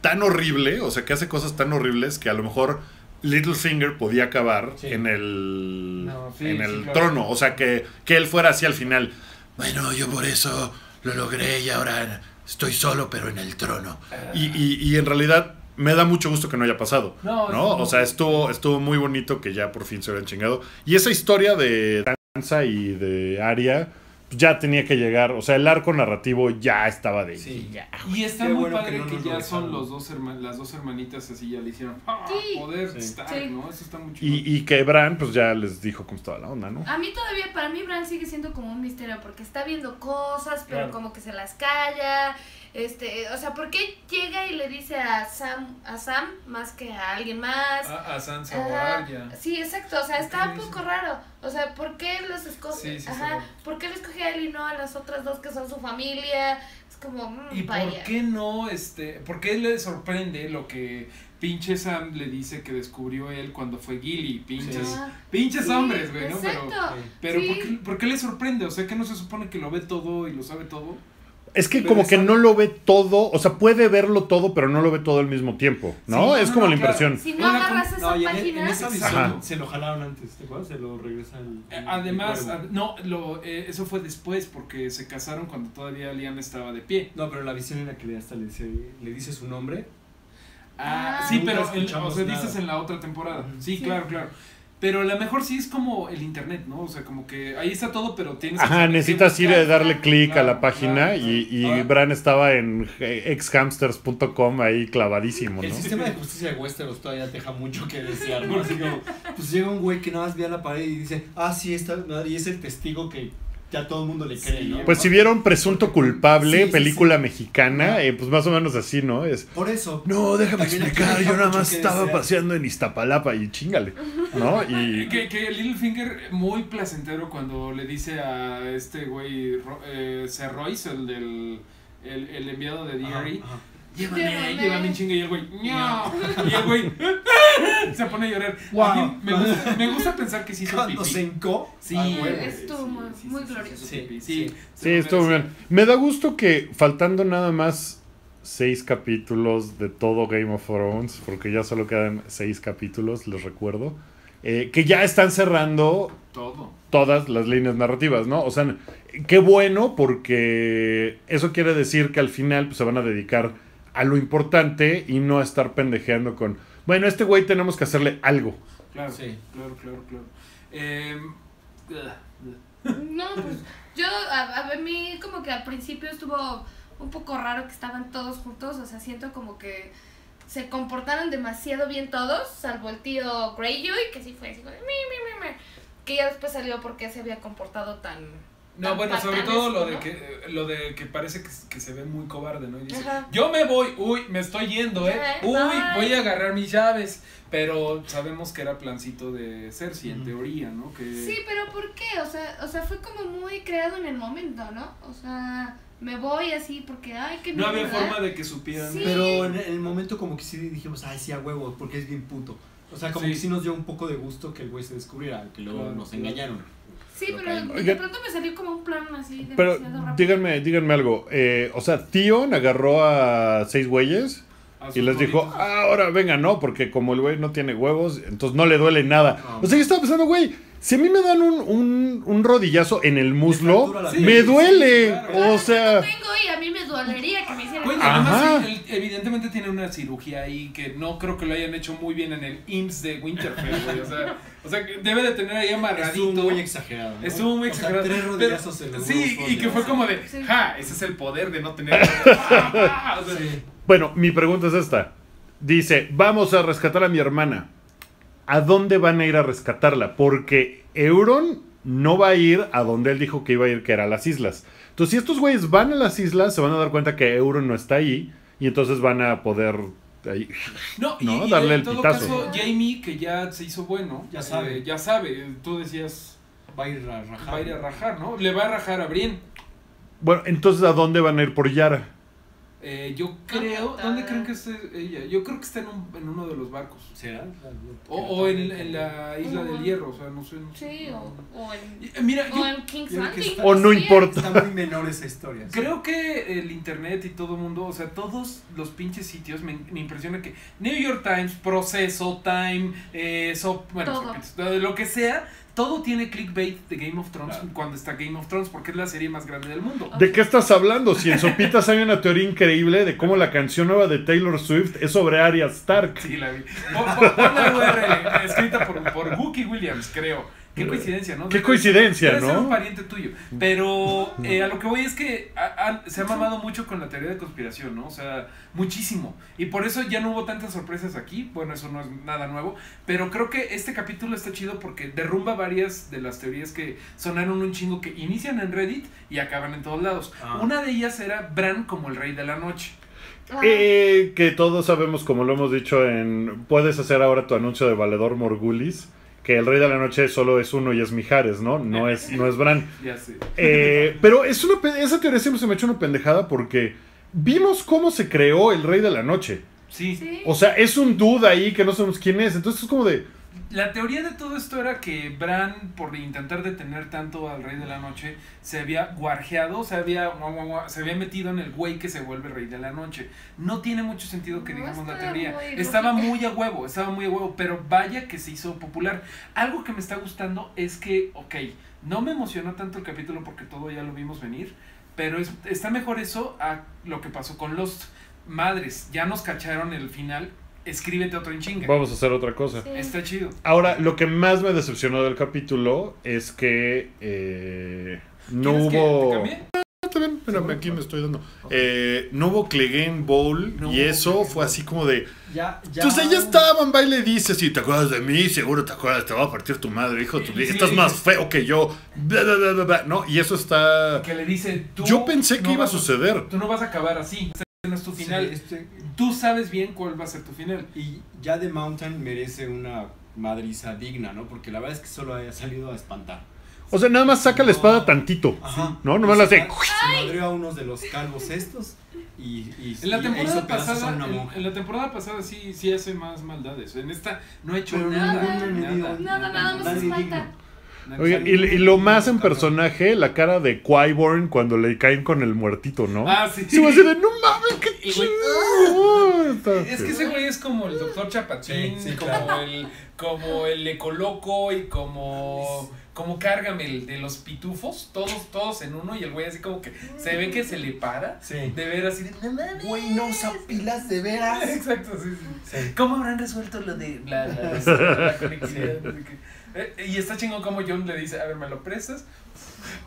[SPEAKER 3] tan horrible, o sea, que hace cosas tan horribles que a lo mejor Littlefinger podía acabar
[SPEAKER 5] Sí.
[SPEAKER 3] en el,
[SPEAKER 2] No, sí,
[SPEAKER 3] en
[SPEAKER 2] sí,
[SPEAKER 3] el
[SPEAKER 2] claro.
[SPEAKER 3] trono, o sea, que, que él fuera así al final. Bueno, yo por eso lo logré y ahora estoy solo, pero en el trono. Y, y- y en realidad me da mucho gusto que no haya pasado.
[SPEAKER 2] No,
[SPEAKER 3] No,
[SPEAKER 2] sí, no.
[SPEAKER 3] o sea, estuvo, estuvo muy bonito que ya por fin se hubieran chingado. Y esa historia de Sansa y de Arya pues, ya tenía que llegar. O sea, el arco narrativo ya estaba de.
[SPEAKER 5] Sí, ya.
[SPEAKER 2] Y está
[SPEAKER 5] Qué
[SPEAKER 2] muy
[SPEAKER 5] bueno
[SPEAKER 2] padre
[SPEAKER 5] que no
[SPEAKER 2] que,
[SPEAKER 5] nos lo
[SPEAKER 2] ya
[SPEAKER 5] dejaron.
[SPEAKER 2] son los dos herma- las dos hermanitas así ya le hicieron "Ah,
[SPEAKER 4] Sí.
[SPEAKER 2] poder
[SPEAKER 5] Sí.
[SPEAKER 2] estar,
[SPEAKER 4] Sí.
[SPEAKER 2] ¿no? Eso está muy chido.
[SPEAKER 3] Y, y que Bran, pues ya les dijo cómo estaba la onda, ¿no?
[SPEAKER 2] Ah,
[SPEAKER 4] A mí todavía, para mí Bran sigue siendo como un misterio, porque está viendo cosas, pero
[SPEAKER 2] Claro.
[SPEAKER 4] como que se las calla. Este, o sea, ¿por qué llega y le dice a Sam, a Sam más que a alguien más?
[SPEAKER 2] a, a
[SPEAKER 4] ah,
[SPEAKER 2] Sansa o a
[SPEAKER 4] Ajá,
[SPEAKER 2] Arya.
[SPEAKER 4] sí, exacto, o sea, está un
[SPEAKER 2] Eso.
[SPEAKER 4] poco raro. O sea, ¿por qué los escoge?
[SPEAKER 2] Sí, sí,
[SPEAKER 4] Ajá,
[SPEAKER 2] sí.
[SPEAKER 4] ¿por qué le escoge a él y no a las otras dos que son su familia? Es como, mm,
[SPEAKER 2] ¿Y por
[SPEAKER 4] vaya.
[SPEAKER 2] qué no, este, por qué le sorprende lo que pinche Sam le dice que descubrió él cuando fue Gilly? Pinches,
[SPEAKER 5] Sí.
[SPEAKER 4] Ajá,
[SPEAKER 2] pinches
[SPEAKER 4] sí,
[SPEAKER 2] hombres, güey, ¿no?
[SPEAKER 4] Exacto.
[SPEAKER 2] Pero, pero
[SPEAKER 4] Sí.
[SPEAKER 2] ¿por, qué, por qué le sorprende? O sea, que no se supone que lo ve todo y lo sabe todo.
[SPEAKER 3] Es que
[SPEAKER 2] Pero
[SPEAKER 3] como que
[SPEAKER 2] esa-
[SPEAKER 3] no lo ve todo, o sea, puede verlo todo, pero no lo ve todo al mismo tiempo, ¿no?
[SPEAKER 2] Sí,
[SPEAKER 3] es
[SPEAKER 2] no,
[SPEAKER 3] como
[SPEAKER 2] no,
[SPEAKER 3] la
[SPEAKER 2] claro.
[SPEAKER 3] impresión.
[SPEAKER 4] Si no
[SPEAKER 2] Una com-
[SPEAKER 4] agarras esa
[SPEAKER 5] No, y en, en
[SPEAKER 4] página,
[SPEAKER 5] esa
[SPEAKER 2] Exacto.
[SPEAKER 5] visión
[SPEAKER 3] Ajá.
[SPEAKER 5] se lo jalaron antes, ¿te acuerdas? Se lo regresa el.
[SPEAKER 2] Eh,
[SPEAKER 5] el
[SPEAKER 2] Además,
[SPEAKER 5] cuervo.
[SPEAKER 2] ad- no, lo, eh, eso fue después porque se casaron cuando todavía Liam estaba de pie.
[SPEAKER 5] No, pero la visión era que hasta le dice, le dice su nombre.
[SPEAKER 2] Ah,
[SPEAKER 4] Ah.
[SPEAKER 2] sí,
[SPEAKER 5] Nunca
[SPEAKER 2] pero en- o
[SPEAKER 5] escuchamos
[SPEAKER 2] sea,
[SPEAKER 5] nada.
[SPEAKER 2] dices en la otra temporada.
[SPEAKER 5] Ujú.
[SPEAKER 2] Sí,
[SPEAKER 4] Sí.
[SPEAKER 2] claro, claro. Pero a lo mejor sí es como el internet, ¿no? O sea, como que ahí está todo, pero tienes que
[SPEAKER 3] Ajá,
[SPEAKER 2] saber qué
[SPEAKER 3] necesitas ir a
[SPEAKER 2] buscar.
[SPEAKER 3] darle clic a
[SPEAKER 2] Claro,
[SPEAKER 3] la página
[SPEAKER 2] claro, Ah.
[SPEAKER 3] y, y
[SPEAKER 5] claro.
[SPEAKER 3] Bran estaba en eh, exhamsters.com ahí clavadísimo, ¿no?
[SPEAKER 5] El sistema de justicia de Westeros todavía deja mucho que desear, ¿no? Así como, pues llega un güey que nada más ve a la pared y dice, ah, sí, esta madre", y es el testigo que ya todo el mundo le cree,
[SPEAKER 2] Sí,
[SPEAKER 5] ¿no?
[SPEAKER 3] Pues si vieron Presunto Culpable,
[SPEAKER 5] Sí, sí,
[SPEAKER 3] película
[SPEAKER 5] sí.
[SPEAKER 3] mexicana, eh, pues más o menos así, ¿no? Es,
[SPEAKER 5] Por eso.
[SPEAKER 3] no, déjame
[SPEAKER 5] También
[SPEAKER 3] explicar,
[SPEAKER 5] aquí
[SPEAKER 3] yo nada
[SPEAKER 5] mucho
[SPEAKER 3] más
[SPEAKER 5] que
[SPEAKER 3] estaba
[SPEAKER 5] desear.
[SPEAKER 3] paseando en Iztapalapa y chingale, ¿no? Y
[SPEAKER 2] Que, que Littlefinger, muy placentero cuando le dice a este güey, Ro- eh, Sir Royce, el del el, el enviado de
[SPEAKER 5] Ajá,
[SPEAKER 2] Diary,
[SPEAKER 5] ajá.
[SPEAKER 2] llévame, llévame,
[SPEAKER 4] Llévame.
[SPEAKER 2] en chinga. Y el güey, "No". Y el güey se pone a llorar.
[SPEAKER 5] Wow.
[SPEAKER 2] A mí me, gusta, me gusta pensar que sí hizo
[SPEAKER 5] Cuando
[SPEAKER 2] pipí.
[SPEAKER 5] se hincó,
[SPEAKER 2] Sí,
[SPEAKER 5] ah, güey.
[SPEAKER 4] estuvo muy- muy glorioso.
[SPEAKER 2] Sí, sí,
[SPEAKER 5] Sí,
[SPEAKER 2] sí,
[SPEAKER 3] Sí, estuvo muy bien. Me da gusto que faltando nada más seis capítulos de todo Game of Thrones, porque ya solo quedan seis capítulos, les recuerdo, eh, que ya están cerrando
[SPEAKER 2] Todo.
[SPEAKER 3] todas las líneas narrativas, ¿no? O sea, qué bueno porque eso quiere decir que al final pues, se van a dedicar a lo importante y no a estar pendejeando con, bueno, a este güey tenemos que hacerle algo.
[SPEAKER 2] Claro,
[SPEAKER 5] Sí.
[SPEAKER 2] claro, claro, claro. Em, ugh, ugh.
[SPEAKER 4] No, pues yo, a, a mí como que al principio estuvo un poco raro que estaban todos juntos, o sea, siento como que se comportaron demasiado bien todos, salvo el tío Greyjoy, que sí fue así como de mi, mi, mi, mi, que ya después salió porque se había comportado tan...
[SPEAKER 2] No,
[SPEAKER 4] tan
[SPEAKER 2] bueno, sobre
[SPEAKER 4] fatal,
[SPEAKER 2] todo lo
[SPEAKER 4] ¿no?
[SPEAKER 2] de que eh, lo de que parece que, s- que se ve muy cobarde, ¿no? Y dice,
[SPEAKER 4] Ajá.
[SPEAKER 2] yo me voy, uy, me estoy yendo, ¿eh?
[SPEAKER 4] Ya, ¿eh?
[SPEAKER 2] Uy,
[SPEAKER 4] Bye.
[SPEAKER 2] voy a agarrar mis llaves. Pero sabemos que era plancito de Cersei, en teoría, ¿no? Que...
[SPEAKER 4] Sí, pero ¿por qué? O sea, o sea, fue como muy creado en el momento, ¿no? O sea, me voy así porque, ay, que
[SPEAKER 2] No había forma de que supieran.
[SPEAKER 4] Sí.
[SPEAKER 5] Pero en el momento como que sí dijimos, ay, sí, a huevo, porque es bien puto. O sea, como
[SPEAKER 2] Sí.
[SPEAKER 5] que sí nos dio un poco de gusto que el güey se descubriera, que luego
[SPEAKER 2] Claro.
[SPEAKER 5] nos engañaron.
[SPEAKER 4] Sí, pero
[SPEAKER 5] Oigan.
[SPEAKER 4] de pronto me salió como un plan así
[SPEAKER 3] Pero
[SPEAKER 4] demasiado rápido.
[SPEAKER 3] díganme, díganme algo. eh, o sea, Tion agarró a seis güeyes
[SPEAKER 2] a
[SPEAKER 3] y
[SPEAKER 2] sus
[SPEAKER 3] les dijo, "Ah,
[SPEAKER 2] favoritos.
[SPEAKER 3] ahora venga, no, porque como el güey no tiene huevos, entonces no le duele nada.
[SPEAKER 5] No.
[SPEAKER 3] O sea, yo estaba pensando, güey, si a mí me dan un, un- un rodillazo en el muslo,
[SPEAKER 5] fractura la
[SPEAKER 3] me
[SPEAKER 5] piel.
[SPEAKER 3] duele.
[SPEAKER 2] Sí, claro.
[SPEAKER 3] O sea,
[SPEAKER 4] tengo y a mí me dolería que me hicieran.
[SPEAKER 2] Güey, y
[SPEAKER 3] Ah.
[SPEAKER 2] además,
[SPEAKER 3] Ajá.
[SPEAKER 2] él- evidentemente tiene una cirugía ahí que no creo que lo hayan hecho muy bien en el IMSS de Winterfell, güey. O sea, o sea, que debe de tener ahí amarradito.
[SPEAKER 5] Estuvo muy exagerado. ¿no?
[SPEAKER 2] Estuvo muy
[SPEAKER 5] O sea,
[SPEAKER 2] exagerado.
[SPEAKER 5] tres
[SPEAKER 2] pero-
[SPEAKER 5] rodillazos en los
[SPEAKER 2] Sí,
[SPEAKER 5] huevos
[SPEAKER 2] y que fue
[SPEAKER 5] frondosos.
[SPEAKER 2] como de,
[SPEAKER 4] Sí.
[SPEAKER 2] ja, ese es el poder de no tener. Ah, ah, o sea,
[SPEAKER 5] Sí.
[SPEAKER 3] bueno, mi pregunta es esta. Dice, vamos a rescatar a mi hermana. ¿A dónde van a ir a rescatarla? Porque Euron no va a ir a donde él dijo que iba a ir, que era a las islas. Entonces, si estos güeyes van a las islas, se van a dar cuenta que Euron no está ahí y entonces van a poder... ahí-
[SPEAKER 2] No, y,
[SPEAKER 3] No,
[SPEAKER 2] y
[SPEAKER 3] darle
[SPEAKER 2] en
[SPEAKER 3] el
[SPEAKER 2] todo
[SPEAKER 3] pitazo.
[SPEAKER 2] caso, Jamie, que ya se hizo bueno,
[SPEAKER 5] Ya sabe.
[SPEAKER 2] eh, ya sabe, tú decías,
[SPEAKER 5] Va a ir a rajar.
[SPEAKER 2] va a ir a rajar, ¿no? Le va a rajar a Brienne.
[SPEAKER 3] Bueno, entonces, ¿a dónde van a ir por Yara?
[SPEAKER 2] Eh, yo creo, ¿dónde creen que esté ella? Yo creo que está en, un- en uno de los barcos.
[SPEAKER 5] ¿Será?
[SPEAKER 2] O, o en, en la isla del hierro, o sea, no sé. no sé.
[SPEAKER 4] Sí, o, o en,
[SPEAKER 2] Y- eh, Mira, yo
[SPEAKER 4] o en King's
[SPEAKER 5] yo creo que
[SPEAKER 4] Landing.
[SPEAKER 5] está-
[SPEAKER 3] O no
[SPEAKER 4] sí,
[SPEAKER 3] importa.
[SPEAKER 5] Está muy menor esa historia. sí.
[SPEAKER 2] creo que el internet y todo el mundo, o sea, todos los pinches sitios, me, me impresiona que New York Times, Proceso, Time, eh, so, bueno,
[SPEAKER 4] Todo.
[SPEAKER 2] so- lo que sea, todo tiene clickbait de Game of Thrones
[SPEAKER 5] Claro.
[SPEAKER 2] cuando está Game of Thrones, porque es la serie más grande del mundo.
[SPEAKER 3] ¿De qué estás hablando? Si en Sopitas hay una teoría increíble de cómo la canción nueva de Taylor Swift es sobre Arya Stark.
[SPEAKER 2] Sí, la vi. Pon- pon- pon la URL, escrita por, por Wookie Williams, creo. Qué coincidencia, ¿no?
[SPEAKER 3] Qué
[SPEAKER 2] Debe-
[SPEAKER 3] coincidencia,
[SPEAKER 2] debe ser un
[SPEAKER 3] ¿no?
[SPEAKER 2] pariente tuyo. Pero eh, a lo que voy es que a- a- se ha mamado mucho con la teoría de conspiración, ¿no? O sea, muchísimo. Y por eso ya no hubo tantas sorpresas aquí. Bueno, eso no es nada nuevo. Pero creo que este capítulo está chido porque derrumba varias de las teorías que sonaron un chingo que inician en Reddit y acaban en todos lados.
[SPEAKER 5] Ah.
[SPEAKER 2] Una de ellas era Bran como el rey de la noche.
[SPEAKER 4] Ah,
[SPEAKER 3] Eh, que todos sabemos, como lo hemos dicho en... Puedes hacer ahora tu anuncio de Valedor Morgulis, que el Rey de la Noche solo es uno y es Mijares, ¿no? No es, no es Bran.
[SPEAKER 2] Ya sé.
[SPEAKER 3] Eh, pero es una, pe- esa teoría siempre se me ha hecho una pendejada porque vimos cómo se creó el Rey de la Noche.
[SPEAKER 2] Sí.
[SPEAKER 4] sí.
[SPEAKER 3] O sea, es un dude ahí que no sabemos quién es. Entonces es como de...
[SPEAKER 2] La teoría de todo esto era que Bran, por intentar detener tanto al Rey de la Noche, se había guarjeado, se había, guau, guau, guau, se había metido en el güey que se vuelve Rey de la Noche. No tiene mucho sentido que
[SPEAKER 4] No
[SPEAKER 2] digamos la
[SPEAKER 4] estaba
[SPEAKER 2] teoría.
[SPEAKER 4] muy
[SPEAKER 2] estaba
[SPEAKER 4] lógica.
[SPEAKER 2] muy a huevo, estaba muy a huevo, pero vaya que se hizo popular. Algo que me está gustando es que, ok, no me emocionó tanto el capítulo porque todo ya lo vimos venir, pero es- está mejor eso a lo que pasó con Lost. Madres, ya nos cacharon el final, escríbete otro en chinga.
[SPEAKER 3] Vamos a hacer otra cosa.
[SPEAKER 4] Sí.
[SPEAKER 2] Está chido.
[SPEAKER 3] Ahora, lo que más me decepcionó del capítulo es que eh, no
[SPEAKER 2] ¿Quieres que te
[SPEAKER 3] hubo.
[SPEAKER 2] cambie?
[SPEAKER 1] Espérame, aquí me estoy dando. Eh, no hubo Clegane Bowl
[SPEAKER 2] No
[SPEAKER 1] y
[SPEAKER 2] hubo
[SPEAKER 1] eso
[SPEAKER 2] Clegane
[SPEAKER 1] fue
[SPEAKER 2] Bowl.
[SPEAKER 1] así como de.
[SPEAKER 5] Ya, ya.
[SPEAKER 1] Entonces ella estaba, va y le dice: Si te acuerdas de mí, seguro te acuerdas, te va a partir tu madre, hijo. de Tu...
[SPEAKER 2] Sí, sí,
[SPEAKER 1] Estás
[SPEAKER 2] sí.
[SPEAKER 1] más feo que yo. Bla, bla, bla, bla, bla. No, y eso está.
[SPEAKER 2] que le dice tú
[SPEAKER 1] Yo pensé que
[SPEAKER 2] no
[SPEAKER 1] iba a
[SPEAKER 2] vas
[SPEAKER 1] suceder.
[SPEAKER 2] tú no vas a acabar así este no es tu
[SPEAKER 5] Sí,
[SPEAKER 2] final
[SPEAKER 5] este-
[SPEAKER 2] tú sabes bien cuál va a ser tu final
[SPEAKER 5] Y ya The Mountain merece una madriza digna, ¿no? Porque la verdad es que solo ha salido a espantar.
[SPEAKER 3] O sea, nada más saca la espada
[SPEAKER 5] No.
[SPEAKER 3] tantito.
[SPEAKER 5] Ajá.
[SPEAKER 3] No, nomás la hace-
[SPEAKER 5] Se madrió a unos de los calvos estos y, y,
[SPEAKER 2] en la
[SPEAKER 5] y
[SPEAKER 2] temporada
[SPEAKER 5] hizo pedazos
[SPEAKER 2] pasada
[SPEAKER 5] a una
[SPEAKER 2] en,
[SPEAKER 5] monja.
[SPEAKER 2] en la temporada pasada sí sí hace más maldades en esta no ha hecho
[SPEAKER 5] Pero
[SPEAKER 2] nada
[SPEAKER 4] nada,
[SPEAKER 5] nada,
[SPEAKER 4] Nada, nada más
[SPEAKER 5] Nadie
[SPEAKER 4] espanta.
[SPEAKER 2] nada.
[SPEAKER 3] Oye, y, y lo más en personaje, la cara de Qyborn cuando le caen con el muertito, ¿no?
[SPEAKER 2] ah sí
[SPEAKER 3] Sí, güey, así de, no mames, qué
[SPEAKER 2] Y güey, ah,
[SPEAKER 3] chido. Está-
[SPEAKER 2] es que ese güey es como el doctor Chapatín,
[SPEAKER 5] Sí, sí,
[SPEAKER 2] como
[SPEAKER 5] claro.
[SPEAKER 2] el como el ecoloco y como como cárgame el de los pitufos, todos, todos en uno, y el güey así como que se ve que se le para.
[SPEAKER 5] Sí.
[SPEAKER 2] De ver así de, "No mames".
[SPEAKER 5] Güey, no usa pilas de veras.
[SPEAKER 2] Exacto, sí, sí.
[SPEAKER 5] Sí.
[SPEAKER 2] ¿Cómo habrán resuelto lo de la, la- la- la conectividad? No sé qué. Eh, eh, Y está chingón como John le dice, a ver, ¿me lo prestas?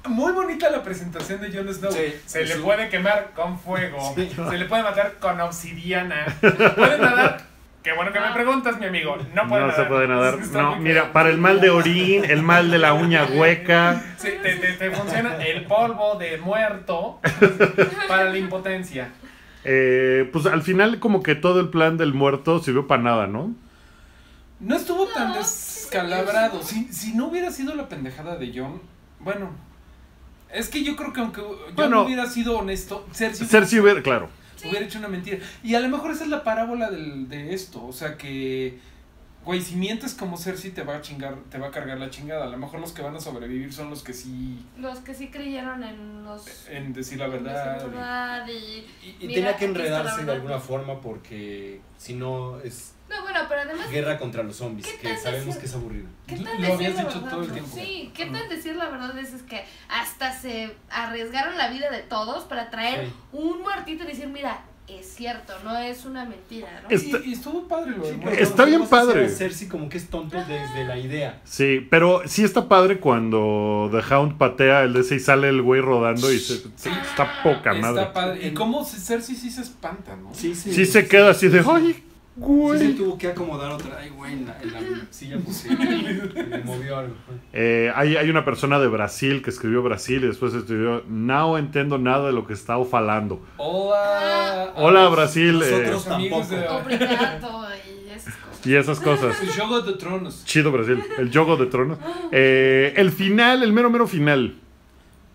[SPEAKER 2] Muy bonita la presentación de Jon Snow.
[SPEAKER 5] Sí,
[SPEAKER 2] se
[SPEAKER 5] sí.
[SPEAKER 2] le puede quemar con fuego.
[SPEAKER 5] Sí.
[SPEAKER 2] Se le puede matar con obsidiana. Puede nadar. Qué bueno que me preguntas, mi amigo. No puede
[SPEAKER 3] No
[SPEAKER 2] nadar.
[SPEAKER 3] se puede nadar.
[SPEAKER 2] Está
[SPEAKER 3] No,
[SPEAKER 2] muy
[SPEAKER 3] mira,
[SPEAKER 2] cabrón.
[SPEAKER 3] para el mal de orín, el mal de la uña hueca.
[SPEAKER 2] Sí, te, te- te funciona el polvo de muerto para la impotencia.
[SPEAKER 3] eh, pues al final, como que todo el plan del muerto sirvió para nada, ¿no?
[SPEAKER 2] No estuvo tan
[SPEAKER 4] No,
[SPEAKER 2] descalabrado. Si, si no hubiera sido la pendejada de John, bueno. Es que yo creo que aunque John
[SPEAKER 3] Bueno.
[SPEAKER 2] hubiera sido honesto, Cersei
[SPEAKER 3] Cersei hubiera, claro.
[SPEAKER 2] hubiera hecho una mentira. Y a lo mejor esa es la parábola del- de esto. O sea que, güey, si mientes como Cersei te va a chingar, te va a cargar la chingada. A lo mejor los que van a sobrevivir son los que sí
[SPEAKER 4] Los que sí creyeron en los.
[SPEAKER 2] en decir Eh, la
[SPEAKER 4] en
[SPEAKER 2] verdad. eh,
[SPEAKER 4] la verdad y-
[SPEAKER 5] Y, y
[SPEAKER 4] Mira,
[SPEAKER 5] tenía
[SPEAKER 4] aquí está
[SPEAKER 5] que
[SPEAKER 4] la
[SPEAKER 5] enredarse de
[SPEAKER 4] verdad.
[SPEAKER 5] alguna forma porque si no es
[SPEAKER 4] No, bueno, pero además.
[SPEAKER 5] guerra contra los zombies,
[SPEAKER 4] ¿Qué
[SPEAKER 5] que
[SPEAKER 4] tal
[SPEAKER 5] sabemos
[SPEAKER 4] decir-
[SPEAKER 5] que es aburrido.
[SPEAKER 4] ¿Qué
[SPEAKER 2] Lo
[SPEAKER 4] tan
[SPEAKER 2] habías
[SPEAKER 4] decir la
[SPEAKER 2] dicho
[SPEAKER 4] verdad?
[SPEAKER 2] todo el
[SPEAKER 4] no?
[SPEAKER 2] tiempo.
[SPEAKER 4] Sí, ¿qué
[SPEAKER 2] Ajá.
[SPEAKER 4] tan decir la verdad es, es que hasta se arriesgaron la vida de todos para traer
[SPEAKER 5] Sí.
[SPEAKER 4] un muertito y decir, mira, es cierto, no es una mentira, ¿no?
[SPEAKER 3] Es-
[SPEAKER 2] Y- y, estuvo padre lo de muerto.
[SPEAKER 3] está bien
[SPEAKER 5] Vamos a hacer
[SPEAKER 3] padre.
[SPEAKER 5] a Cersei como que es tonto desde la idea.
[SPEAKER 3] Sí, pero sí está padre cuando The Hound patea el DC y sale el güey rodando y se, se- está poca
[SPEAKER 2] Está
[SPEAKER 3] madre.
[SPEAKER 2] padre. Y cómo se- Cersei sí se espanta, ¿no?
[SPEAKER 5] Sí, sí.
[SPEAKER 3] Sí se queda así de, ¡ay,
[SPEAKER 5] Sí se
[SPEAKER 3] güey!
[SPEAKER 5] tuvo que acomodar otra. Ay, güey, en la, en la silla puse. Me movió algo.
[SPEAKER 3] Eh, hay, hay una persona de Brasil que escribió Brasil y después escribió, no entiendo nada de lo que está falando.
[SPEAKER 2] Hola.
[SPEAKER 3] Hola Brasil eh,
[SPEAKER 5] Nosotros
[SPEAKER 2] amigos de-
[SPEAKER 5] tampoco.
[SPEAKER 4] Obrigado y esas cosas.
[SPEAKER 3] y esas cosas.
[SPEAKER 2] El Juego de Tronos.
[SPEAKER 3] Chido Brasil, el yogo de trono. Eh, el final, el mero mero final.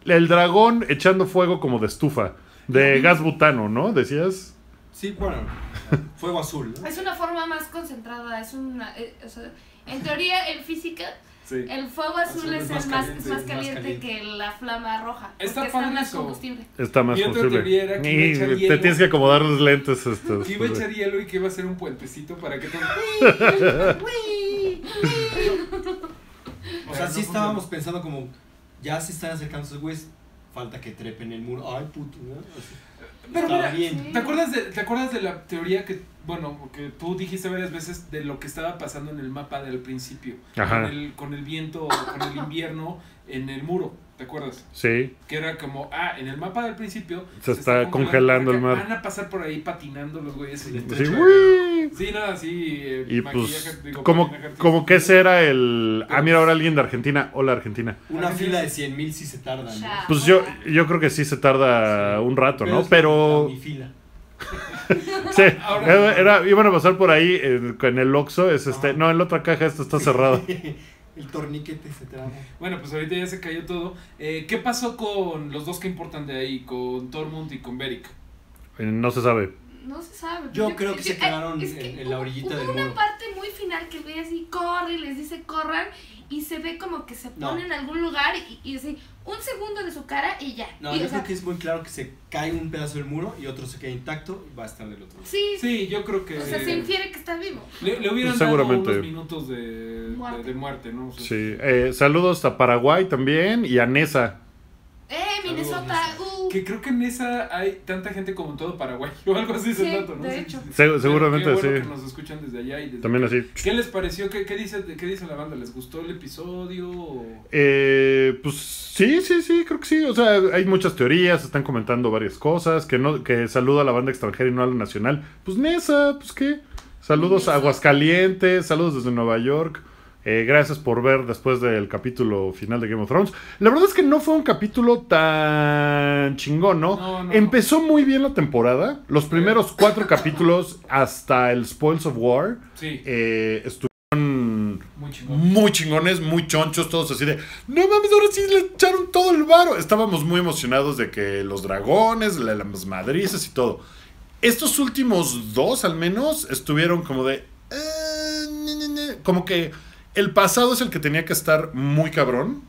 [SPEAKER 3] El dragón echando fuego como de estufa. De gas butano, ¿no? Decías.
[SPEAKER 5] Sí, bueno. Fuego azul, ¿no?
[SPEAKER 4] Es una forma más concentrada, es una... eh, o sea, en teoría, en física,
[SPEAKER 2] Sí.
[SPEAKER 4] el fuego azul,
[SPEAKER 5] Azul
[SPEAKER 4] es, el más, caliente, más
[SPEAKER 5] es más
[SPEAKER 4] caliente
[SPEAKER 5] caliente.
[SPEAKER 4] que la flama roja.
[SPEAKER 2] Está
[SPEAKER 4] porque
[SPEAKER 2] padre
[SPEAKER 4] más
[SPEAKER 2] eso.
[SPEAKER 4] combustible.
[SPEAKER 3] Está más
[SPEAKER 2] Y otra teoría era
[SPEAKER 3] posible.
[SPEAKER 2] que iba a
[SPEAKER 3] Y
[SPEAKER 2] echar
[SPEAKER 3] te
[SPEAKER 2] hielo.
[SPEAKER 3] tienes que acomodar los lentes. este,
[SPEAKER 2] Que iba a
[SPEAKER 3] después de-
[SPEAKER 2] echar hielo y que iba a ser un puentecito para que todo.
[SPEAKER 5] O sea,
[SPEAKER 2] Pero
[SPEAKER 5] sí
[SPEAKER 2] no
[SPEAKER 5] estábamos pensando como, ya se están acercando esos güeyes, falta que trepen el muro. Ay, puto, ¿no? Así.
[SPEAKER 2] Pero
[SPEAKER 5] Está
[SPEAKER 2] mira,
[SPEAKER 5] bien.
[SPEAKER 2] ¿te acuerdas, de, ¿te acuerdas de la teoría que, bueno, que tú dijiste varias veces de lo que estaba pasando en el mapa del principio?
[SPEAKER 3] Ajá.
[SPEAKER 2] Con el, con el viento, con el invierno en el muro, ¿te acuerdas?
[SPEAKER 3] Sí.
[SPEAKER 2] Que era como, ah, en el mapa del principio.
[SPEAKER 3] Se está congelando el
[SPEAKER 2] acá,
[SPEAKER 3] mar.
[SPEAKER 2] Van a pasar por ahí patinando los güeyes. y-
[SPEAKER 3] Sí, ¡uy!
[SPEAKER 2] Sí, nada, sí. eh,
[SPEAKER 3] Y
[SPEAKER 2] maquillaje,
[SPEAKER 3] pues,
[SPEAKER 2] digo,
[SPEAKER 3] como,
[SPEAKER 2] patinaje
[SPEAKER 3] como que ese
[SPEAKER 2] artístico. pues
[SPEAKER 3] era el... Ah, mira, ahora alguien de Argentina. Hola, Argentina.
[SPEAKER 5] Una fila de 100 mil sí se tarda, ¿no?
[SPEAKER 4] Ya.
[SPEAKER 3] Pues yo, yo creo que sí se tarda
[SPEAKER 5] Sí.
[SPEAKER 3] Ah, un rato, ¿no?
[SPEAKER 5] es
[SPEAKER 3] Pero...
[SPEAKER 5] Mi fila.
[SPEAKER 3] Sí,
[SPEAKER 2] Ahora-
[SPEAKER 3] era- era- iban a pasar por ahí eh, en el Oxxo, es este,
[SPEAKER 5] Ajá.
[SPEAKER 3] no, en la otra caja esta está cerrada.
[SPEAKER 5] El torniquete se traba.
[SPEAKER 2] Bueno, pues ahorita ya se cayó todo. Eh, ¿Qué pasó con los dos que importan de ahí? Con Tormund y con Beric.
[SPEAKER 3] Eh, No se sabe.
[SPEAKER 4] No se sabe. pues
[SPEAKER 5] Yo creo que se
[SPEAKER 4] ay,
[SPEAKER 5] quedaron
[SPEAKER 4] eh, es
[SPEAKER 5] en-
[SPEAKER 4] que
[SPEAKER 5] en la
[SPEAKER 4] hubo-
[SPEAKER 5] orillita del
[SPEAKER 4] Hubo una
[SPEAKER 5] muro.
[SPEAKER 4] parte muy final que ve así, corre y les dice corran y se ve como que se
[SPEAKER 5] No.
[SPEAKER 4] pone en algún lugar y, y así, un segundo de su cara y ya.
[SPEAKER 5] No,
[SPEAKER 4] Y,
[SPEAKER 5] yo
[SPEAKER 4] o sea,
[SPEAKER 5] creo que es muy claro que se cae un pedazo del muro y otro se queda intacto y va a estar del otro lado.
[SPEAKER 4] Sí,
[SPEAKER 2] Sí, yo creo que.
[SPEAKER 4] o sea, se infiere que está vivo.
[SPEAKER 2] le, le hubieran
[SPEAKER 3] Pues
[SPEAKER 2] dado
[SPEAKER 3] seguramente.
[SPEAKER 2] unos minutos de de- de muerte,
[SPEAKER 4] Muerte.
[SPEAKER 2] ¿no? O sea,
[SPEAKER 3] Sí. Eh, saludos a Paraguay también y a Nesa.
[SPEAKER 4] Eh, Minnesota, uh.
[SPEAKER 2] Que creo que en esa hay tanta gente como en todo Paraguay o algo así
[SPEAKER 4] Sí,
[SPEAKER 2] se trata, ¿no?
[SPEAKER 4] de
[SPEAKER 2] Sí.
[SPEAKER 4] hecho.
[SPEAKER 3] Se- seguramente
[SPEAKER 2] Qué bueno
[SPEAKER 3] sí.
[SPEAKER 2] que nos escuchan desde allá y desde-
[SPEAKER 3] También así.
[SPEAKER 2] ¿Qué les pareció? ¿Qué, qué dice, ¿Qué dice la banda? ¿Les gustó el episodio? o-
[SPEAKER 3] Eh, pues sí, sí, sí, creo que sí. O sea, hay muchas teorías, están comentando varias cosas, que no, que saluda a la banda extranjera y no a la nacional. Pues Nesa, pues qué. Saludos a
[SPEAKER 4] Nesa.
[SPEAKER 3] Aguascalientes, saludos desde Nueva York. Eh, gracias por ver después del capítulo final de Game of Thrones. La verdad es que no fue un capítulo tan chingón, ¿no?
[SPEAKER 2] No, no,
[SPEAKER 3] Empezó muy bien la temporada. Los primeros cuatro capítulos hasta el Spoils of War
[SPEAKER 2] Sí,
[SPEAKER 3] eh, mm, estuvieron
[SPEAKER 2] muy chingón.
[SPEAKER 1] Muy chingones, muy chonchos, todos así de. No mames, ahora sí le echaron todo el varo. Estábamos muy emocionados de que los dragones, la- las madrizas y todo. Estos últimos dos, al menos, estuvieron como de. "Eh, ne, ne, ne". Como que el pasado es el que tenía que estar muy cabrón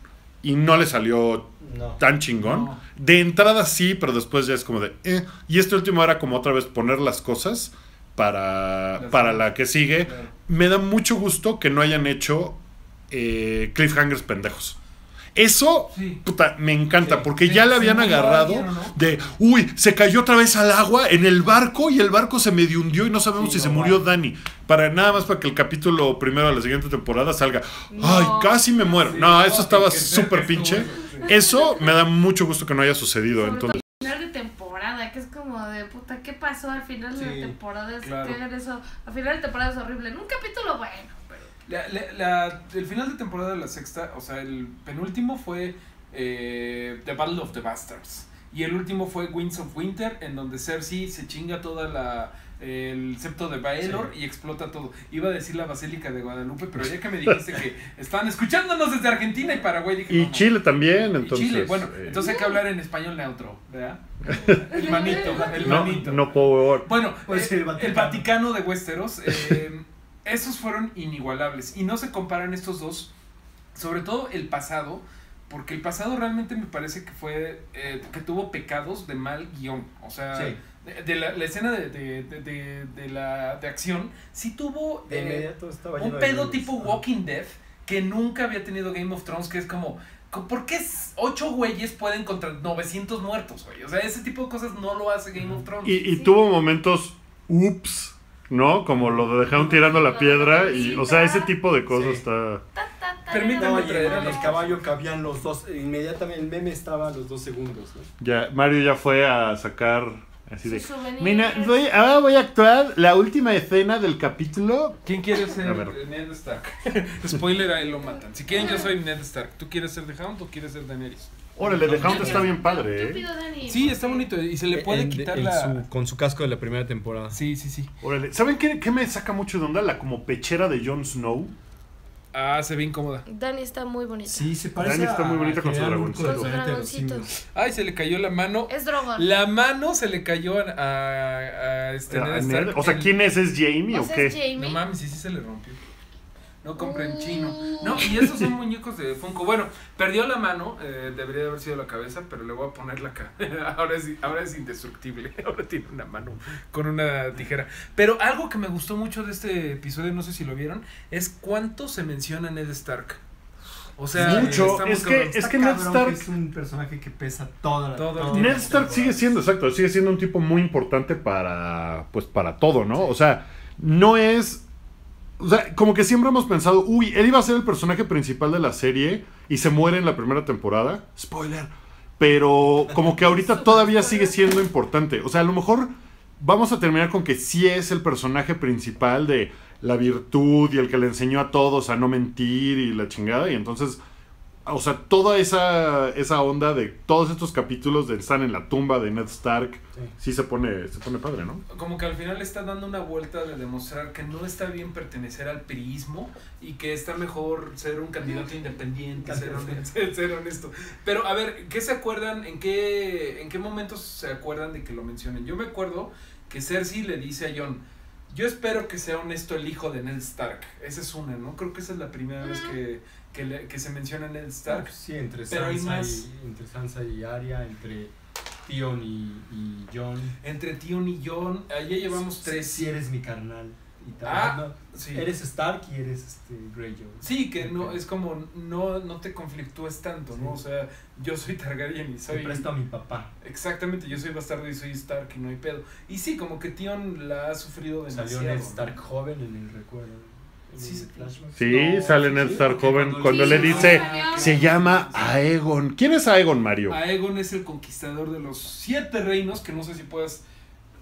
[SPEAKER 1] y no le salió
[SPEAKER 5] No.
[SPEAKER 1] tan chingón.
[SPEAKER 2] No.
[SPEAKER 1] De entrada sí, pero después ya es como de. "Eh". Y este último era como otra vez poner las cosas para,
[SPEAKER 2] Las-
[SPEAKER 1] para la que sigue.
[SPEAKER 2] Claro.
[SPEAKER 1] Me da mucho gusto que no hayan hecho eh, cliffhangers pendejos. Eso,
[SPEAKER 2] Sí.
[SPEAKER 1] puta, me encanta,
[SPEAKER 5] Sí.
[SPEAKER 1] porque
[SPEAKER 2] Sí,
[SPEAKER 1] ya le
[SPEAKER 2] sí,
[SPEAKER 1] habían
[SPEAKER 2] murió
[SPEAKER 1] agarrado
[SPEAKER 2] alguien, ¿o no?
[SPEAKER 1] de, uy, se cayó otra vez al agua en el barco y el barco se medio hundió y no sabemos
[SPEAKER 5] Sí,
[SPEAKER 1] si
[SPEAKER 5] no,
[SPEAKER 1] se murió
[SPEAKER 5] guau.
[SPEAKER 1] Dani. Para nada más para que el capítulo primero de la siguiente temporada salga, ay,
[SPEAKER 4] No.
[SPEAKER 1] casi me muero.
[SPEAKER 2] Sí,
[SPEAKER 1] no,
[SPEAKER 2] no,
[SPEAKER 1] eso estaba
[SPEAKER 2] que- que-
[SPEAKER 1] súper
[SPEAKER 2] que
[SPEAKER 1] pinche.
[SPEAKER 2] estuvo-
[SPEAKER 1] Eso me da mucho gusto que no haya sucedido.
[SPEAKER 4] Sobre todo
[SPEAKER 1] Entonces,
[SPEAKER 4] al final de temporada, que es como de puta, ¿qué pasó al final de
[SPEAKER 5] Sí,
[SPEAKER 4] la temporada? Es
[SPEAKER 2] claro.
[SPEAKER 4] que hagan eso. Al final de temporada es horrible. En un capítulo, bueno, pero.
[SPEAKER 2] La- la- la- el final de temporada de la sexta, o sea, el penúltimo fue eh, The Battle of the Bastards. Y el último fue Winds of Winter, en donde Cersei se chinga toda la el septo de Baelor y explota todo. Iba a decir la Basílica de Guadalupe, pero ya que me dijiste que están escuchándonos desde Argentina y Paraguay, dije, no,
[SPEAKER 3] Y
[SPEAKER 2] no.
[SPEAKER 3] Chile también,
[SPEAKER 2] Y
[SPEAKER 3] entonces.
[SPEAKER 2] Chile, bueno,
[SPEAKER 3] eh,
[SPEAKER 2] entonces hay que hablar en español neutro, ¿verdad? El manito, el
[SPEAKER 3] no,
[SPEAKER 2] manito.
[SPEAKER 3] no puedo.
[SPEAKER 2] Bueno,
[SPEAKER 5] Pues
[SPEAKER 2] eh,
[SPEAKER 5] el
[SPEAKER 2] el, Vaticano.
[SPEAKER 5] Vaticano.
[SPEAKER 2] de Westeros, eh, esos fueron inigualables y no se comparan estos dos, sobre todo el pasado, porque el pasado realmente me parece que fue, eh, que tuvo pecados de mal guión, o sea...
[SPEAKER 5] Sí.
[SPEAKER 2] De, de la, la escena de, de- de- de- de la de acción, sí tuvo
[SPEAKER 5] De
[SPEAKER 2] eh,
[SPEAKER 5] inmediato estaba
[SPEAKER 2] un
[SPEAKER 5] lleno de
[SPEAKER 2] pedo
[SPEAKER 5] niños.
[SPEAKER 2] tipo
[SPEAKER 5] Ajá.
[SPEAKER 2] Walking Dead que nunca había tenido Game of Thrones, que es como, co- ¿por qué s- ocho güeyes pueden contra 900 muertos, güey? O sea, ese tipo de cosas no lo hace Game of Thrones.
[SPEAKER 3] Y, y tuvo momentos, ups, ¿no? Como lo de dejaron tirando la piedra. y O sea, ese tipo de cosas
[SPEAKER 5] Sí.
[SPEAKER 3] está.
[SPEAKER 4] Ta, ta, ta, ra,
[SPEAKER 2] Permítame
[SPEAKER 4] ra,
[SPEAKER 5] No, y
[SPEAKER 4] ra,
[SPEAKER 5] en
[SPEAKER 4] ra,
[SPEAKER 5] en el
[SPEAKER 4] ra.
[SPEAKER 5] caballo cabían los dos. eh, Inmediatamente el meme estaba a los dos segundos. ¿no?
[SPEAKER 3] Ya, Mario ya fue a sacar así
[SPEAKER 4] Sus
[SPEAKER 3] de.
[SPEAKER 4] souvenirs.
[SPEAKER 3] Mira, voy- ahora voy a actuar la última escena del capítulo.
[SPEAKER 2] ¿Quién quiere ser
[SPEAKER 3] A ver.
[SPEAKER 2] Ned Stark? Spoiler, a él lo matan. Si quieren, yo soy Ned Stark. ¿Tú quieres ser The Hound o quieres ser Daenerys?
[SPEAKER 3] Órale, The Hound
[SPEAKER 4] Yo
[SPEAKER 3] está
[SPEAKER 4] quiero-
[SPEAKER 3] bien
[SPEAKER 4] yo
[SPEAKER 3] padre, ¿eh?
[SPEAKER 4] pido Dani,
[SPEAKER 2] Sí,
[SPEAKER 4] porque-
[SPEAKER 2] está bonito y se le puede
[SPEAKER 5] En-
[SPEAKER 2] quitar
[SPEAKER 5] en
[SPEAKER 2] la...
[SPEAKER 5] su- con su casco de la primera temporada.
[SPEAKER 2] Sí, sí, sí.
[SPEAKER 3] Órale. ¿Saben qué, qué me saca mucho de onda? La como pechera de Jon Snow.
[SPEAKER 2] Ah, se ve incómoda.
[SPEAKER 4] Dani está muy bonito.
[SPEAKER 5] Sí, se
[SPEAKER 3] parece Dani está muy a- bonita con su general Urco,
[SPEAKER 4] dragoncito. el planeta de los simios.
[SPEAKER 2] Ay, se le cayó la mano.
[SPEAKER 4] Es Drogon.
[SPEAKER 2] La mano se le cayó a, a, a este
[SPEAKER 3] Ah,
[SPEAKER 2] Ned
[SPEAKER 3] Ned.
[SPEAKER 2] Stark.
[SPEAKER 3] O sea,
[SPEAKER 2] El-
[SPEAKER 3] ¿quién es? ¿Es Jamie
[SPEAKER 4] O
[SPEAKER 3] o
[SPEAKER 4] sea,
[SPEAKER 3] qué?
[SPEAKER 4] es Jamie.
[SPEAKER 2] No mames, sí, sí se le rompió. No compren
[SPEAKER 4] Uh.
[SPEAKER 2] chino. No, y esos son muñecos de Funko. Bueno, perdió la mano, eh, debería de haber sido la cabeza, pero le voy a poner la cabeza. Ahora es, ahora es indestructible, ahora tiene una mano con una tijera. Pero algo que me gustó mucho de este episodio, no sé si lo vieron, es cuánto se menciona a Ned Stark. O sea,
[SPEAKER 3] Mucho,
[SPEAKER 2] está muy
[SPEAKER 3] es que,
[SPEAKER 2] cabrón.
[SPEAKER 3] es que Ned Stark
[SPEAKER 5] es un personaje que pesa toda la
[SPEAKER 2] Todo el
[SPEAKER 5] toda la
[SPEAKER 3] Ned Stark sigue siendo, exacto, sigue siendo un tipo muy importante para, pues, para todo, ¿no? O sea, no es, o sea, como que siempre hemos pensado, uy, él iba a ser el personaje principal de la serie y se muere en la primera temporada, spoiler, pero como que ahorita todavía sigue siendo importante, o sea, a lo mejor vamos a terminar con que sí es el personaje principal de la virtud y el que le enseñó a todos a no mentir y la chingada, y entonces... O sea, toda esa, esa onda de todos estos capítulos de están en la tumba de Ned Stark, sí,
[SPEAKER 5] Sí.
[SPEAKER 3] se, pone, se pone padre, ¿no?
[SPEAKER 2] como que al final está dando una vuelta de demostrar que no está bien pertenecer al priismo y que está mejor ser un candidato independiente, ser, hon- ser- ser honesto. Pero a ver, ¿qué se acuerdan? ¿En qué, ¿En qué momentos se acuerdan de que lo mencionen? Yo me acuerdo que Cersei le dice a Jon, yo espero que sea honesto el hijo de Ned Stark. Esa es una, ¿no? Creo que esa es la primera vez que, que, le- que se menciona a Ned Stark.
[SPEAKER 5] Sí, entre
[SPEAKER 2] Pero hay
[SPEAKER 5] Sansa,
[SPEAKER 2] más.
[SPEAKER 5] y, entre Sansa y Arya, entre Tion y, y Jon.
[SPEAKER 2] Entre Tion y Jon, allá llevamos
[SPEAKER 5] Si-
[SPEAKER 2] tres.
[SPEAKER 5] Si eres mi carnal. Y tal.
[SPEAKER 2] Ah,
[SPEAKER 5] No,
[SPEAKER 2] sí.
[SPEAKER 5] Eres Stark y eres este, Greyjoy.
[SPEAKER 2] Sí, que no,
[SPEAKER 5] Ok.
[SPEAKER 2] es como no, no te conflictúes tanto, ¿no? O
[SPEAKER 5] Sí.
[SPEAKER 2] sea, yo soy Targaryen y
[SPEAKER 5] Te
[SPEAKER 2] soy.
[SPEAKER 5] presto a mi papá.
[SPEAKER 2] Exactamente, yo soy bastardo y soy Stark y no hay pedo. Y sí, como que Tion la ha sufrido demasiado.
[SPEAKER 5] Salió Ned
[SPEAKER 2] ¿no?
[SPEAKER 5] Stark joven en el recuerdo. en
[SPEAKER 2] Sí,
[SPEAKER 5] el
[SPEAKER 2] sí.
[SPEAKER 5] flashback.
[SPEAKER 3] Sí,
[SPEAKER 2] No,
[SPEAKER 3] sale
[SPEAKER 2] sí,
[SPEAKER 3] Ned
[SPEAKER 2] sí,
[SPEAKER 3] Stark
[SPEAKER 5] porque
[SPEAKER 3] joven
[SPEAKER 5] cuando
[SPEAKER 3] cuando
[SPEAKER 5] Sí,
[SPEAKER 3] le
[SPEAKER 5] sí,
[SPEAKER 3] dice,
[SPEAKER 2] Ah,
[SPEAKER 3] se llama Aegon. ¿Quién es Aegon, Mario?
[SPEAKER 2] Aegon es el conquistador de los siete reinos, que no sé si puedas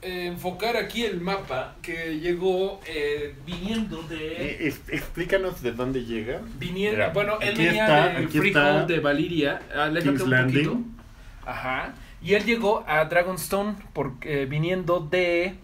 [SPEAKER 2] eh, enfocar aquí el mapa, que llegó eh, viniendo
[SPEAKER 5] Eh,
[SPEAKER 2] de.
[SPEAKER 3] Eh, explícanos de dónde llega.
[SPEAKER 2] Viniendo,
[SPEAKER 3] Mira,
[SPEAKER 2] bueno, él
[SPEAKER 3] aquí
[SPEAKER 2] venía
[SPEAKER 3] está,
[SPEAKER 2] del
[SPEAKER 3] aquí está
[SPEAKER 2] Freehold de Valiria. Aléjate
[SPEAKER 3] King's
[SPEAKER 2] un
[SPEAKER 3] Landing.
[SPEAKER 2] poquito. Ajá. Y él llegó a Dragonstone porque eh, viniendo de,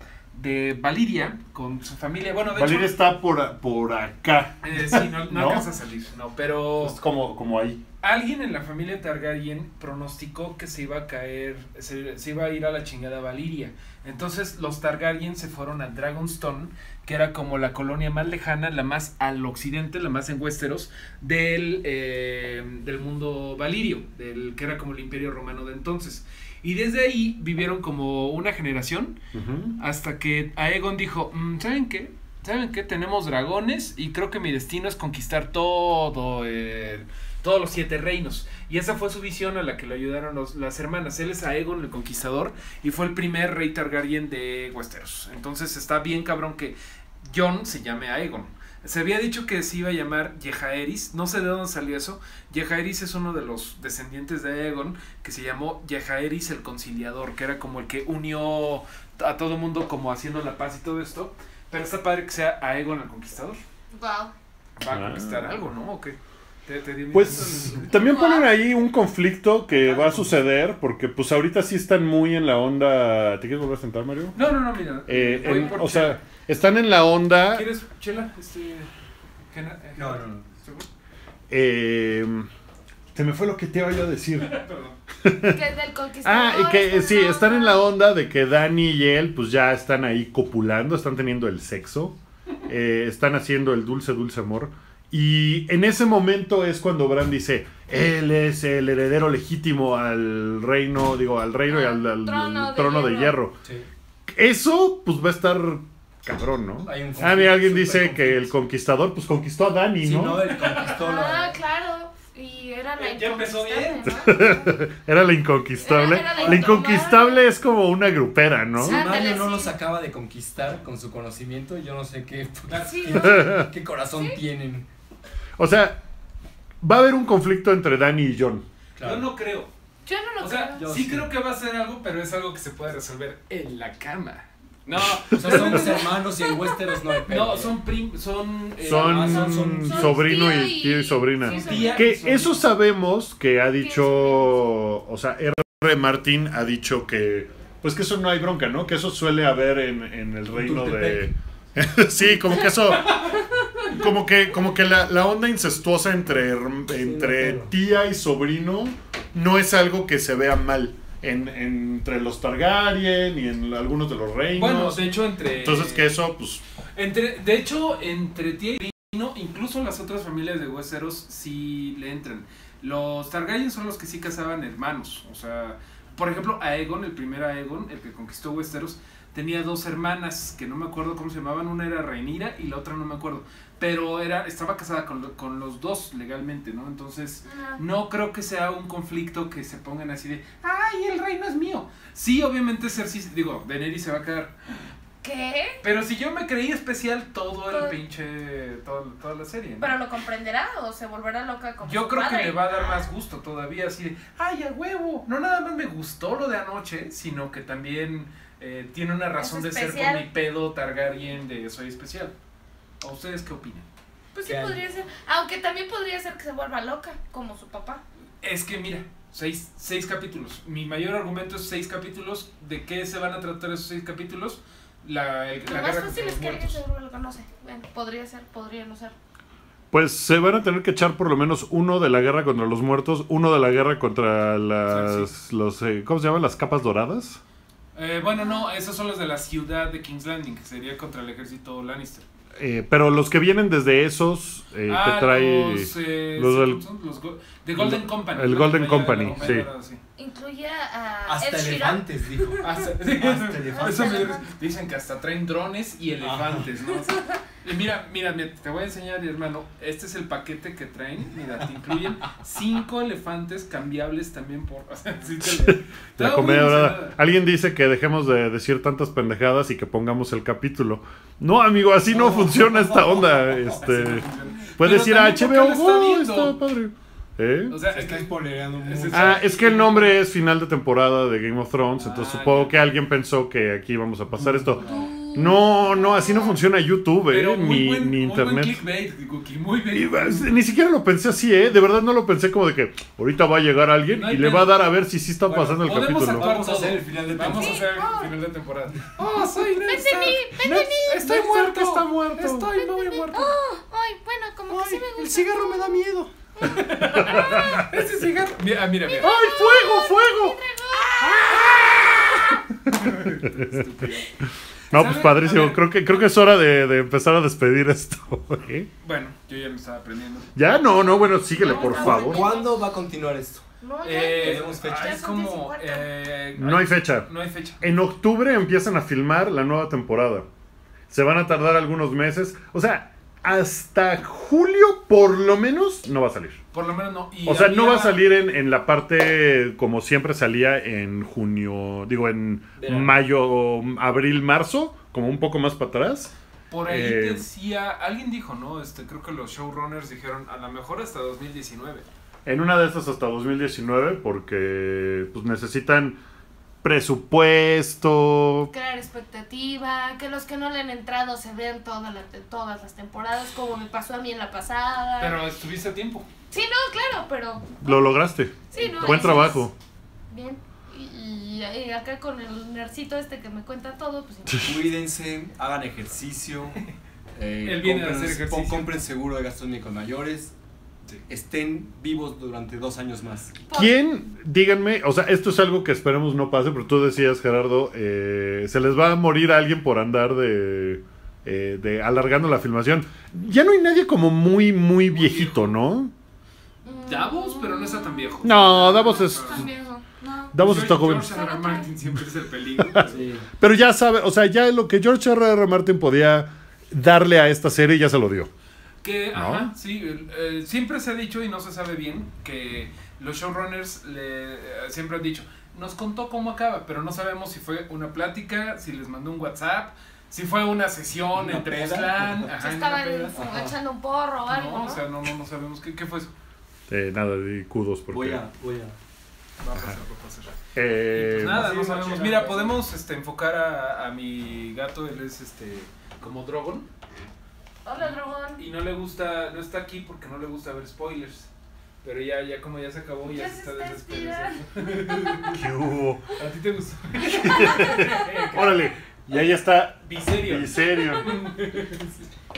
[SPEAKER 2] de Valiria con su familia. Bueno, de
[SPEAKER 3] Valeria
[SPEAKER 2] hecho.
[SPEAKER 3] está por, por acá.
[SPEAKER 2] eh, sí, no, no,
[SPEAKER 3] ¿No?
[SPEAKER 2] alcanza a salir, no, pero
[SPEAKER 3] Es como, como ahí.
[SPEAKER 2] alguien en la familia Targaryen pronosticó que se iba a caer, se, se iba a ir a la chingada Valiria. Entonces los Targaryen se fueron a Dragonstone, que era como la colonia más lejana, la más al occidente, la más en Westeros, del, eh, del mundo valirio, del, que era como el imperio romano de entonces. Y desde ahí vivieron como una generación hasta que Aegon dijo, "Mm, ¿saben qué? ¿Saben qué? Tenemos dragones y creo que mi destino es conquistar todo el, todos los siete reinos. Y esa fue su visión a la que lo ayudaron los- las hermanas. Él es Aegon el Conquistador y fue el primer rey Targaryen de Westeros. Entonces está bien cabrón que Jon se llame Aegon. Se había dicho que se iba a llamar Yehaeris, no sé de dónde salió eso. Yehaeris es uno de los descendientes de Aegon que se llamó Yehaeris el Conciliador, que era como el que unió a todo mundo como haciendo la paz y todo esto. Pero está padre que sea Aegon el Conquistador.
[SPEAKER 4] Wow.
[SPEAKER 2] Va a
[SPEAKER 3] Ah.
[SPEAKER 2] conquistar algo, ¿no? ¿O qué? ¿Te, te dio miedo?
[SPEAKER 3] Pues también ponen ahí un conflicto que
[SPEAKER 2] Ah,
[SPEAKER 3] va a
[SPEAKER 2] no.
[SPEAKER 3] suceder porque pues ahorita sí están muy en la onda... ¿Te quieres volver a sentar, Mario?
[SPEAKER 2] No, no, no, mira.
[SPEAKER 3] Eh,
[SPEAKER 2] voy
[SPEAKER 3] en-
[SPEAKER 2] por
[SPEAKER 3] o
[SPEAKER 2] chela.
[SPEAKER 3] sea, están en la onda...
[SPEAKER 2] ¿Quieres chela? Este, Jena- eh,
[SPEAKER 5] No, no, no.
[SPEAKER 2] ¿seguro?
[SPEAKER 3] eh, se me fue lo que te iba yo a decir.
[SPEAKER 2] Perdón.
[SPEAKER 4] Que es del conquistador.
[SPEAKER 3] Ah, y que eh, sí,
[SPEAKER 4] no.
[SPEAKER 3] están en la onda de que Dani y él pues ya están ahí copulando, están teniendo el sexo, eh, están haciendo el dulce, dulce amor. Y en ese momento es cuando Bran dice, él es el heredero legítimo al reino, digo, al reino y al, al-
[SPEAKER 4] Trono de
[SPEAKER 3] trono de
[SPEAKER 4] hierro.
[SPEAKER 3] hierro.
[SPEAKER 5] Sí.
[SPEAKER 3] Eso pues va a estar cabrón, ¿no?
[SPEAKER 5] Hay un conflicto,
[SPEAKER 3] Ah, mira, alguien
[SPEAKER 5] súper
[SPEAKER 3] dice que
[SPEAKER 5] conflicto.
[SPEAKER 3] el conquistador pues conquistó a Dani,
[SPEAKER 5] Sí,
[SPEAKER 3] ¿no?
[SPEAKER 5] no, él conquistó
[SPEAKER 4] Ah,
[SPEAKER 5] la.
[SPEAKER 4] claro. Y era la
[SPEAKER 2] Eh, ya empezó bien.
[SPEAKER 4] inconquistable, ¿no?
[SPEAKER 3] Era la inconquistable.
[SPEAKER 4] Era- era la intomable.
[SPEAKER 3] la inconquistable es como una grupera, ¿no?
[SPEAKER 5] Si
[SPEAKER 4] Ah,
[SPEAKER 5] Mario
[SPEAKER 4] ándale,
[SPEAKER 5] no
[SPEAKER 4] sí.
[SPEAKER 5] los acaba de conquistar con su conocimiento, yo no sé qué,
[SPEAKER 4] Sí,
[SPEAKER 5] qué, qué corazón tienen.
[SPEAKER 3] O sea, va a haber un conflicto entre Dani y John.
[SPEAKER 5] Claro.
[SPEAKER 2] Yo no creo.
[SPEAKER 4] Yo no lo
[SPEAKER 2] O sea,
[SPEAKER 4] creo.
[SPEAKER 5] yo
[SPEAKER 2] sí,
[SPEAKER 5] sí.
[SPEAKER 2] creo que va a ser algo, pero es algo que se puede resolver en la cama. No,
[SPEAKER 5] O sea, somos hermanos y en Westeros no hay pedo.
[SPEAKER 2] no, son prim, son, eh,
[SPEAKER 3] son,
[SPEAKER 2] ah,
[SPEAKER 5] son-
[SPEAKER 4] son
[SPEAKER 3] sobrino
[SPEAKER 4] tío
[SPEAKER 3] y tío y sobrina.
[SPEAKER 4] sí,
[SPEAKER 2] Tía
[SPEAKER 4] sobrina.
[SPEAKER 3] Que
[SPEAKER 2] y sobrino.
[SPEAKER 3] eso sabemos que ha dicho,
[SPEAKER 4] sobrinos.
[SPEAKER 3] o sea, R. Martin ha dicho que, pues que eso no hay bronca, ¿no? Que eso suele haber en, en el reino de... sí, como que eso... Como que, como que la, la onda incestuosa entre, herm- entre
[SPEAKER 5] no, claro.
[SPEAKER 3] tía y sobrino no es algo que se vea mal en- entre los Targaryen y en algunos de los reinos.
[SPEAKER 2] Bueno, de hecho, entre.
[SPEAKER 3] Entonces que eso, pues...
[SPEAKER 2] Entre, de hecho, entre tía y sobrino, incluso las otras familias de Westeros sí le entran. Los Targaryen son los que sí cazaban hermanos. O sea, por ejemplo, Aegon, el primer Aegon, el que conquistó Westeros, tenía dos hermanas que no me acuerdo cómo se llamaban. Una era Rhaenyra y la otra no me acuerdo. Pero era estaba casada con, lo- con los dos legalmente, ¿no? Entonces,
[SPEAKER 4] Ah,
[SPEAKER 2] no creo que sea un conflicto que se pongan así de, ¡ay, el reino es mío! Sí, obviamente Cersei, digo, Daenerys se va a quedar
[SPEAKER 4] ¿Qué?
[SPEAKER 2] pero si yo me creí especial todo el
[SPEAKER 4] Todo.
[SPEAKER 2] pinche. todo- toda la serie. ¿no?
[SPEAKER 4] ¿Pero lo comprenderá o se volverá loca como
[SPEAKER 2] Yo
[SPEAKER 4] su
[SPEAKER 2] creo que
[SPEAKER 4] padre?
[SPEAKER 2] le va a dar más gusto todavía, así de. ¡Ay, a huevo! No nada más me gustó lo de anoche, sino que también eh, tiene una razón de ser por
[SPEAKER 4] especial.
[SPEAKER 2] mi pedo Targaryen de soy especial. ¿A ustedes qué opinan?
[SPEAKER 4] Pues sí
[SPEAKER 5] Claro.
[SPEAKER 4] podría ser. Aunque también podría ser que se vuelva loca, como su papá.
[SPEAKER 2] Es que mira, seis, seis capítulos. Mi mayor argumento es seis capítulos. ¿De qué se van a tratar esos seis capítulos? La, el- la
[SPEAKER 4] Lo más fácil
[SPEAKER 2] guerra
[SPEAKER 4] es
[SPEAKER 2] contra los
[SPEAKER 4] que alguien
[SPEAKER 2] muertos.
[SPEAKER 4] seguro lo conoce. Bueno, podría ser, podría no ser.
[SPEAKER 3] Pues se van a tener que echar por lo menos uno de la guerra contra los muertos, uno de la guerra contra las, los, eh, ¿cómo se llaman? Las capas doradas.
[SPEAKER 2] Eh, bueno, no, esos son los de la ciudad de King's Landing, que sería contra el ejército Lannister.
[SPEAKER 3] Eh, pero los que vienen desde esos, eh,
[SPEAKER 2] Ah,
[SPEAKER 3] que trae...
[SPEAKER 2] los, eh,
[SPEAKER 3] los
[SPEAKER 2] sí,
[SPEAKER 3] del-
[SPEAKER 2] ¿cómo son? Los go- The Golden
[SPEAKER 3] el
[SPEAKER 2] Company.
[SPEAKER 3] Golden
[SPEAKER 2] la compañía
[SPEAKER 3] Company,
[SPEAKER 2] de la compañía
[SPEAKER 3] sí.
[SPEAKER 2] dorada,
[SPEAKER 4] Incluye a
[SPEAKER 5] Hasta
[SPEAKER 4] Ed Sheeran.
[SPEAKER 5] elefantes, dijo.
[SPEAKER 2] Hasta-
[SPEAKER 5] Hasta elefantes.
[SPEAKER 2] Ah, Eso me dio risa. dicen que hasta traen drones y elefantes, ¿no? Y mira, mira, mira, te voy a enseñar, hermano. Este es el paquete que traen. Mira, te incluyen cinco elefantes cambiables también por. o sea, sí te lo-
[SPEAKER 3] La
[SPEAKER 2] Todo
[SPEAKER 3] comedia
[SPEAKER 2] muy
[SPEAKER 3] dorada.
[SPEAKER 2] emocionada.
[SPEAKER 3] Alguien dice que dejemos de decir tantas pendejadas y que pongamos el capítulo. No, amigo, así no funciona esta onda. Este,
[SPEAKER 2] Pero
[SPEAKER 3] puedes ir a
[SPEAKER 2] también, ¿por qué lo
[SPEAKER 3] HBO.
[SPEAKER 2] está
[SPEAKER 3] "Oh,
[SPEAKER 2] viendo?"
[SPEAKER 3] está padre. ¿Eh?
[SPEAKER 2] O sea,
[SPEAKER 5] Se
[SPEAKER 2] es
[SPEAKER 5] está
[SPEAKER 2] que-
[SPEAKER 5] spoilereando mucho.
[SPEAKER 2] Ese-
[SPEAKER 3] Ah, es que el nombre es final de temporada de Game of Thrones,
[SPEAKER 2] Ah,
[SPEAKER 3] entonces supongo
[SPEAKER 2] ya. Mm.
[SPEAKER 3] que alguien pensó que aquí íbamos a pasar esto. No, no, así no funciona YouTube, eh,
[SPEAKER 2] pero muy
[SPEAKER 3] ni,
[SPEAKER 2] buen-
[SPEAKER 3] ni
[SPEAKER 2] muy buen
[SPEAKER 3] internet.
[SPEAKER 2] clickbait, Cookie, muy bien.
[SPEAKER 3] Y, eh, ni siquiera lo pensé así, ¿eh? De verdad no lo pensé como de que ahorita va a llegar alguien
[SPEAKER 2] No hay
[SPEAKER 3] y le
[SPEAKER 2] pedo.
[SPEAKER 3] va a dar a ver si sí está
[SPEAKER 2] Bueno,
[SPEAKER 3] pasando el
[SPEAKER 2] podemos
[SPEAKER 3] capítulo.
[SPEAKER 2] actuar
[SPEAKER 5] Vamos a
[SPEAKER 2] todo.
[SPEAKER 5] hacer el final de
[SPEAKER 2] Vamos a hacer
[SPEAKER 4] temporada.
[SPEAKER 2] el final de temporada. ¡Oh, soy Ned
[SPEAKER 4] Ven de
[SPEAKER 2] Stark!
[SPEAKER 4] mí, ven de
[SPEAKER 2] Ned-
[SPEAKER 4] mí.
[SPEAKER 2] ¡Estoy
[SPEAKER 3] Ned
[SPEAKER 2] muerto!
[SPEAKER 3] Stark está muerto.
[SPEAKER 2] ¡Estoy muy muerto!
[SPEAKER 4] Oh, ay, bueno, como que sí me gusta.
[SPEAKER 3] me da miedo.
[SPEAKER 2] ¡Ese cigarro! Mira, ah, mira, mira.
[SPEAKER 3] ¡Ay, fuego, fuego!
[SPEAKER 2] Estúpido.
[SPEAKER 3] No,
[SPEAKER 2] ¿Saben?
[SPEAKER 3] pues
[SPEAKER 2] A
[SPEAKER 3] padrísimo.
[SPEAKER 2] ver.
[SPEAKER 3] Creo que, creo que es hora de, de empezar a despedir esto. ¿eh?
[SPEAKER 2] Bueno, yo ya me estaba aprendiendo.
[SPEAKER 3] Ya, no, no, bueno, síguele, por
[SPEAKER 4] No, no,
[SPEAKER 3] favor.
[SPEAKER 5] ¿Cuándo va a continuar esto?
[SPEAKER 4] No, ya.
[SPEAKER 2] Eh,
[SPEAKER 5] Tenemos fecha.
[SPEAKER 2] ah, es como... eh,
[SPEAKER 3] No hay fecha.
[SPEAKER 2] No hay fecha.
[SPEAKER 3] En octubre empiezan a filmar la nueva temporada. Se van a tardar algunos meses. O sea, hasta julio, por lo menos, no va a salir.
[SPEAKER 2] Por lo menos no. Y
[SPEAKER 3] O sea, no
[SPEAKER 2] había-
[SPEAKER 3] va a salir en, en la parte como siempre salía en junio, digo, en
[SPEAKER 5] Verano.
[SPEAKER 3] mayo, abril, marzo, como un poco más para atrás.
[SPEAKER 2] Por ahí
[SPEAKER 3] eh,
[SPEAKER 2] decía, alguien dijo, ¿no? Este, creo que los showrunners dijeron, a lo mejor hasta 2019.
[SPEAKER 3] En una de estas hasta 2019, porque pues necesitan presupuesto.
[SPEAKER 4] crear expectativa, que los que no le han entrado se vean toda la- todas las temporadas, como me pasó a mí en la pasada.
[SPEAKER 2] Pero estuviste a tiempo.
[SPEAKER 4] Sí, no, claro, pero
[SPEAKER 3] Lo lograste.
[SPEAKER 2] eh,
[SPEAKER 4] sí, no.
[SPEAKER 3] Buen
[SPEAKER 4] eso
[SPEAKER 3] trabajo.
[SPEAKER 4] es Bien. Y, y acá con el nercito este que me cuenta todo, pues
[SPEAKER 5] Cuídense, hagan ejercicio. eh,
[SPEAKER 2] Él viene a hacer
[SPEAKER 5] compren-
[SPEAKER 2] ejercicio.
[SPEAKER 5] Compren seguro de gastos médicos mayores.
[SPEAKER 2] Sí.
[SPEAKER 5] Estén vivos durante dos años más.
[SPEAKER 4] por-
[SPEAKER 3] ¿Quién, díganme, o sea, esto es algo que esperemos no pase, pero tú decías, Gerardo, eh, se les va a morir a alguien por andar de, eh, de alargando la filmación. Ya no hay nadie como muy, muy viejito,
[SPEAKER 4] Mm,
[SPEAKER 3] ¿no?
[SPEAKER 2] Davos, pero no está tan viejo.
[SPEAKER 3] No, Davos es-
[SPEAKER 4] tan viejo, no.
[SPEAKER 3] Damos
[SPEAKER 2] George-
[SPEAKER 3] esto joven.
[SPEAKER 2] George R. R. Martin siempre es el peligro. pero-
[SPEAKER 3] Pero ya sabe, o sea, ya lo que George R.R. Martin podía darle a esta serie ya se lo dio.
[SPEAKER 2] Que,
[SPEAKER 3] ¿No?
[SPEAKER 2] ajá, sí, el- eh, siempre se ha dicho y no se sabe bien que los showrunners le, eh, siempre han dicho, nos contó cómo acaba, pero no sabemos si fue una plática, si les mandó un WhatsApp, si fue una sesión
[SPEAKER 5] ¿Una
[SPEAKER 2] en
[SPEAKER 5] peda?
[SPEAKER 2] Tepoztlán, ajá,
[SPEAKER 4] Se
[SPEAKER 2] en una
[SPEAKER 4] estaban
[SPEAKER 2] peda.
[SPEAKER 4] fumando, echando un porro o algo,
[SPEAKER 2] No,
[SPEAKER 4] ¿no?
[SPEAKER 2] o sea, no, no, no sabemos qué, qué fue eso.
[SPEAKER 3] Eh, nada, de kudos, porque...
[SPEAKER 5] Voy a, voy a.
[SPEAKER 2] Va a pasar, va a pasar.
[SPEAKER 3] eh,
[SPEAKER 2] Y pues nada,
[SPEAKER 5] sí,
[SPEAKER 2] no
[SPEAKER 5] una
[SPEAKER 2] sabemos.
[SPEAKER 5] chela.
[SPEAKER 2] Mira, podemos este, enfocar a, a mi gato, él es este como Drogon.
[SPEAKER 4] Hola, dragón.
[SPEAKER 2] Y no le gusta, no está aquí porque no le gusta ver spoilers. Pero ya, ya como ya se acabó, ya,
[SPEAKER 4] Ya
[SPEAKER 2] se
[SPEAKER 4] se
[SPEAKER 2] está
[SPEAKER 4] está
[SPEAKER 2] desesperando.
[SPEAKER 3] pues, ¿qué hubo?
[SPEAKER 2] ¿A ti te gustó?
[SPEAKER 3] Órale, y ahí está
[SPEAKER 2] Viserio.
[SPEAKER 3] Viserion.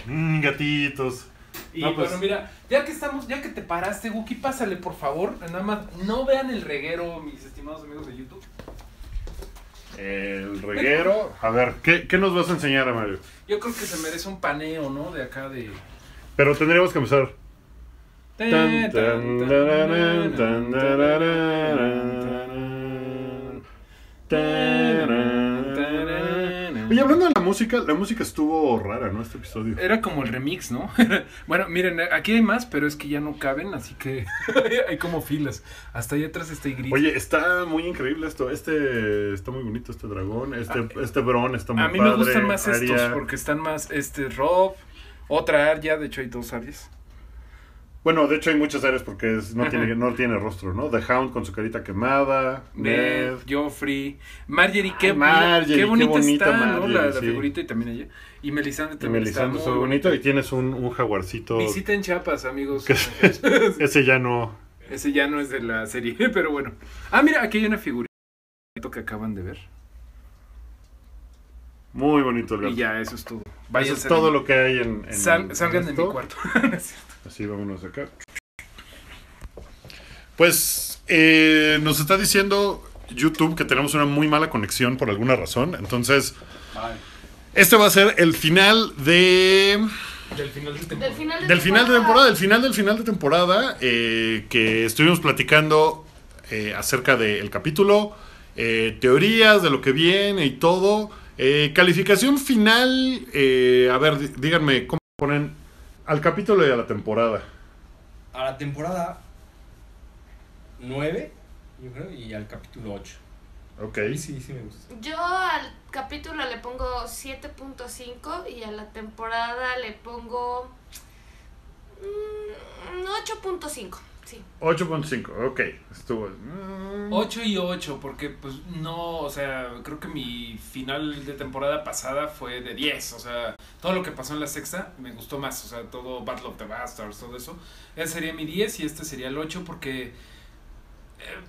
[SPEAKER 3] Mm, gatitos.
[SPEAKER 2] Y
[SPEAKER 3] No, pues-
[SPEAKER 2] bueno, mira, ya que estamos, ya que te paraste, Wookie, pásale, por favor. Nada más, no vean el reguero, mis estimados amigos de YouTube.
[SPEAKER 3] El reguero. A ver, ¿qué, qué nos vas a enseñar, Mario?
[SPEAKER 2] Yo creo que se merece un paneo, ¿no? De acá de.
[SPEAKER 3] Pero tendríamos que empezar.
[SPEAKER 2] Eh, Tan, tan, tararán, tan, tararán.
[SPEAKER 3] Oye, hablando de la música, la música estuvo rara, ¿no? Este episodio.
[SPEAKER 2] Era como el remix, ¿no? bueno, miren, aquí hay más, pero es que ya no caben, así que hay como filas. Hasta allá atrás está Igris.
[SPEAKER 3] Oye, está muy increíble esto. Este está muy bonito, este dragón. Este, este bron está muy
[SPEAKER 2] Ah, A
[SPEAKER 3] padre.
[SPEAKER 2] mí me gustan más estos
[SPEAKER 3] Arya.
[SPEAKER 2] porque están más este Rob, otra Arya, de hecho hay dos Arias.
[SPEAKER 3] Bueno, de hecho hay muchas áreas porque es- no,
[SPEAKER 2] Ajá.
[SPEAKER 3] tiene, no tiene rostro, ¿no? The Hound con su carita quemada. Ned.
[SPEAKER 2] Ned, Joffrey, Marjorie, qué,
[SPEAKER 3] Ay, Marjorie,
[SPEAKER 2] qué
[SPEAKER 3] qué
[SPEAKER 2] bonita,
[SPEAKER 3] bonita
[SPEAKER 2] está, ¿no? La,
[SPEAKER 3] Marjorie,
[SPEAKER 2] la
[SPEAKER 3] sí.
[SPEAKER 2] figurita y también ella. Y Melisandre
[SPEAKER 3] Y
[SPEAKER 2] también está
[SPEAKER 3] Melisandre está
[SPEAKER 2] muy
[SPEAKER 3] muy bonito. Y tienes un, un jaguarcito.
[SPEAKER 2] Visiten Chiapas, amigos.
[SPEAKER 3] Que- Ese ya no.
[SPEAKER 2] Ese ya no es de la serie, pero bueno. Ah, mira, aquí hay una figurita que acaban de ver.
[SPEAKER 3] Muy bonito el gato.
[SPEAKER 2] Y ya, eso es todo.
[SPEAKER 3] Eso
[SPEAKER 2] Vayan
[SPEAKER 3] es todo lo que hay en. en- en
[SPEAKER 2] salgan de mi
[SPEAKER 3] esto.
[SPEAKER 2] cuarto.
[SPEAKER 3] Así vámonos de acá. Pues eh, nos está diciendo YouTube que tenemos una muy mala conexión por alguna razón. Entonces,
[SPEAKER 5] Bye.
[SPEAKER 3] este va a ser el final de.
[SPEAKER 2] Del final del
[SPEAKER 4] Del final de
[SPEAKER 3] Del final de temporada, del final del final de temporada, eh, que estuvimos platicando eh, acerca del capítulo, eh, teorías de lo que viene y todo. Eh, calificación final, eh, a ver, dí- díganme, ¿cómo ponen al capítulo y a la temporada?
[SPEAKER 5] A la temporada 9, yo creo, y al capítulo 8.
[SPEAKER 3] Ok.
[SPEAKER 5] sí, sí me gusta.
[SPEAKER 4] Yo al capítulo le pongo 7.5 y a la temporada le pongo mm, 8.5. Sí.
[SPEAKER 3] 8.5, ok. Estuvo. mm,
[SPEAKER 2] 8 y 8, porque pues no, o sea, creo que mi final de temporada pasada fue de 10, o sea, todo lo que pasó en la sexta me gustó más, o sea, todo Battle of the Bastards, todo eso, ese sería mi 10 y este sería el 8 porque... eh,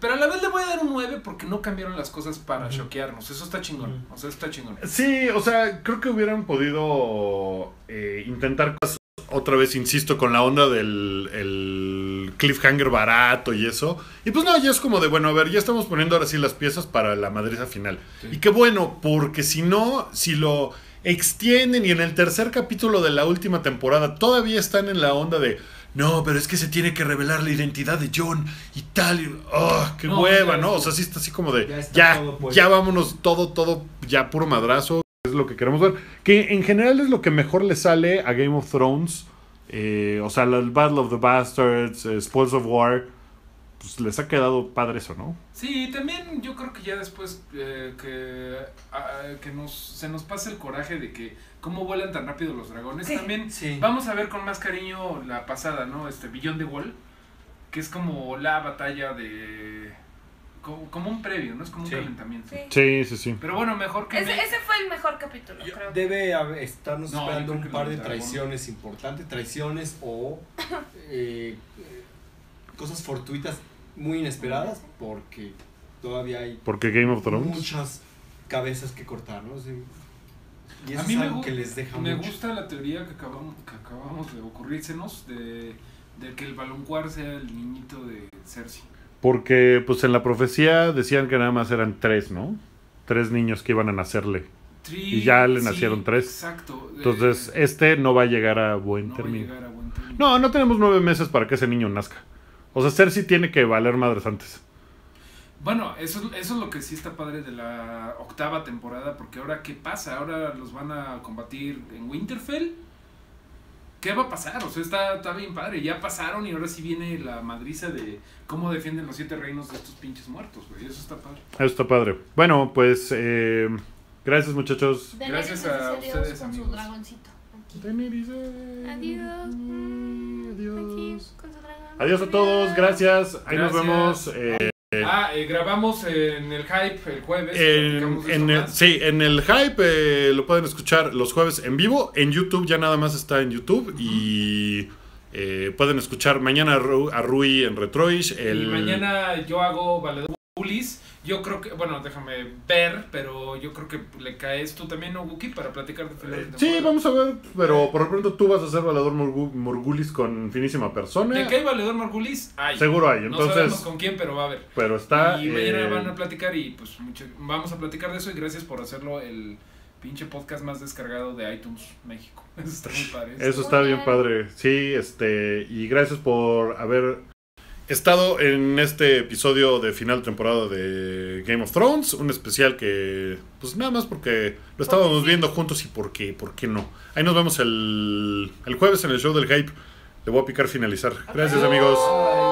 [SPEAKER 2] Pero a la vez le voy a dar un 9 porque no cambiaron las cosas para choquearnos, eso está chingón, o sea, eso está chingón.
[SPEAKER 3] Sí, o sea, creo que hubieran podido eh, intentar cosas. Otra vez, insisto, con la onda del el cliffhanger barato y eso. Y pues no, ya es como de, bueno, a ver, ya estamos poniendo ahora sí las piezas para la madriza final.
[SPEAKER 2] Sí.
[SPEAKER 3] Y qué bueno, porque si no, si lo extienden y en el tercer capítulo de la última temporada todavía están en la onda de, no, pero es que se tiene que revelar la identidad de John y tal. Y, oh, qué
[SPEAKER 2] No,
[SPEAKER 3] hueva,
[SPEAKER 2] ya
[SPEAKER 3] ¿no?
[SPEAKER 2] estuvo.
[SPEAKER 3] O sea, sí está así como de,
[SPEAKER 5] Ya
[SPEAKER 2] pues.
[SPEAKER 3] ya,
[SPEAKER 5] está
[SPEAKER 3] ya,
[SPEAKER 5] todo puesto.
[SPEAKER 3] vámonos todo, todo, ya puro madrazo. Es lo que queremos ver. Que en general es lo que mejor le sale a Game of Thrones. Eh, o sea, la Battle of the Bastards, eh, Spoils of War. Pues les ha quedado padre eso, ¿no?
[SPEAKER 2] Sí, también yo creo que ya después eh, que, ah, que nos, se nos pasa el coraje de que cómo vuelan tan rápido los dragones. También
[SPEAKER 5] Sí.
[SPEAKER 2] vamos a ver con más cariño la pasada, ¿no? Este Billón de Wall, que es como la batalla de... Como, como un previo, ¿no? Es como
[SPEAKER 5] Sí.
[SPEAKER 2] un calentamiento.
[SPEAKER 4] Sí.
[SPEAKER 3] Sí, sí, sí.
[SPEAKER 2] Pero bueno, mejor que...
[SPEAKER 4] Ese,
[SPEAKER 2] me-
[SPEAKER 4] ese fue el mejor capítulo, creo.
[SPEAKER 5] Debe haber- estarnos
[SPEAKER 2] No,
[SPEAKER 5] esperando
[SPEAKER 2] yo creo
[SPEAKER 5] un
[SPEAKER 2] que
[SPEAKER 5] par
[SPEAKER 2] no,
[SPEAKER 5] de
[SPEAKER 2] dragón.
[SPEAKER 5] traiciones importantes, traiciones o eh, cosas fortuitas muy inesperadas porque todavía hay
[SPEAKER 3] Porque Game of Thrones.
[SPEAKER 5] muchas cabezas que cortar, ¿no? Sí. Y eso
[SPEAKER 2] a mí
[SPEAKER 5] es
[SPEAKER 2] me,
[SPEAKER 5] algo
[SPEAKER 2] gu-
[SPEAKER 5] que les deja
[SPEAKER 2] me
[SPEAKER 5] mucho.
[SPEAKER 2] gusta la teoría que acabamos, que acabamos de ocurrírsenos de, de que el baloncuar sea el niñito de Cersei.
[SPEAKER 3] Porque pues en la profecía decían que nada más eran tres, ¿no? Tres niños que iban a nacerle.
[SPEAKER 2] Tri-
[SPEAKER 3] Y ya le
[SPEAKER 2] sí,
[SPEAKER 3] nacieron tres.
[SPEAKER 2] Exacto. eh,
[SPEAKER 3] Entonces, este no va a llegar a buen
[SPEAKER 2] no va a
[SPEAKER 3] término.
[SPEAKER 2] llegar a buen término.
[SPEAKER 3] No, no tenemos nueve meses para que ese niño nazca. O sea, Cersei tiene que valer madres antes.
[SPEAKER 2] Bueno, eso, es- eso es lo que sí está padre de la octava temporada, porque ahora qué pasa, ahora los van a combatir en Winterfell. ¿Qué va a pasar? O sea, está, está bien padre, ya pasaron y ahora sí viene la madriza de cómo defienden los siete reinos de estos pinches muertos, güey. Eso está padre.
[SPEAKER 3] Eso está padre. Bueno, pues eh, gracias muchachos.
[SPEAKER 4] Daenerys
[SPEAKER 2] Gracias
[SPEAKER 4] les
[SPEAKER 2] a
[SPEAKER 4] dice adiós
[SPEAKER 2] ustedes,
[SPEAKER 4] con
[SPEAKER 2] amigos.
[SPEAKER 4] su dragoncito. aquí. Adiós. Aquí,
[SPEAKER 3] Adiós. Adiós.
[SPEAKER 4] con su dragón.
[SPEAKER 3] Mm. Adiós a todos, gracias. Ahí nos
[SPEAKER 2] Gracias.
[SPEAKER 3] vemos. eh,
[SPEAKER 2] Ah, eh, grabamos en el hype el jueves.
[SPEAKER 3] en,
[SPEAKER 2] platicamos de
[SPEAKER 3] en
[SPEAKER 2] esto
[SPEAKER 3] el,
[SPEAKER 2] más.
[SPEAKER 3] sí, en el hype eh, lo pueden escuchar los jueves en vivo. En YouTube ya nada más está en YouTube. Y eh, pueden escuchar mañana a, Ru- a Rui en Retroish. El,
[SPEAKER 2] Y mañana yo hago valedor Ulis. Yo creo que, bueno, déjame ver, pero yo creo que le caes tú también, ¿no, Wookie? Para platicar de final de
[SPEAKER 3] Sí,
[SPEAKER 2] temporada.
[SPEAKER 3] vamos a ver, pero por lo pronto tú vas a ser valedor Morgu- Morgulis con finísima persona.
[SPEAKER 2] ¿De qué hay valedor Margulis? Hay.
[SPEAKER 3] Seguro hay,
[SPEAKER 2] No sabemos
[SPEAKER 3] entonces,
[SPEAKER 2] con quién, pero va a haber.
[SPEAKER 3] pero está...
[SPEAKER 2] y mañana
[SPEAKER 3] eh,
[SPEAKER 2] van a platicar y pues mucho- vamos a platicar de eso y gracias por hacerlo el pinche podcast más descargado de iTunes México. Eso está muy padre.
[SPEAKER 3] Eso está bien padre. Sí, este, y gracias por haber estado en este episodio de final temporada de Game of Thrones, un especial que pues nada más porque lo estábamos viendo juntos y por qué, por qué no. Ahí nos vemos el, el jueves en el show del hype. Le voy a picar finalizar. Gracias, amigos.
[SPEAKER 2] Ay.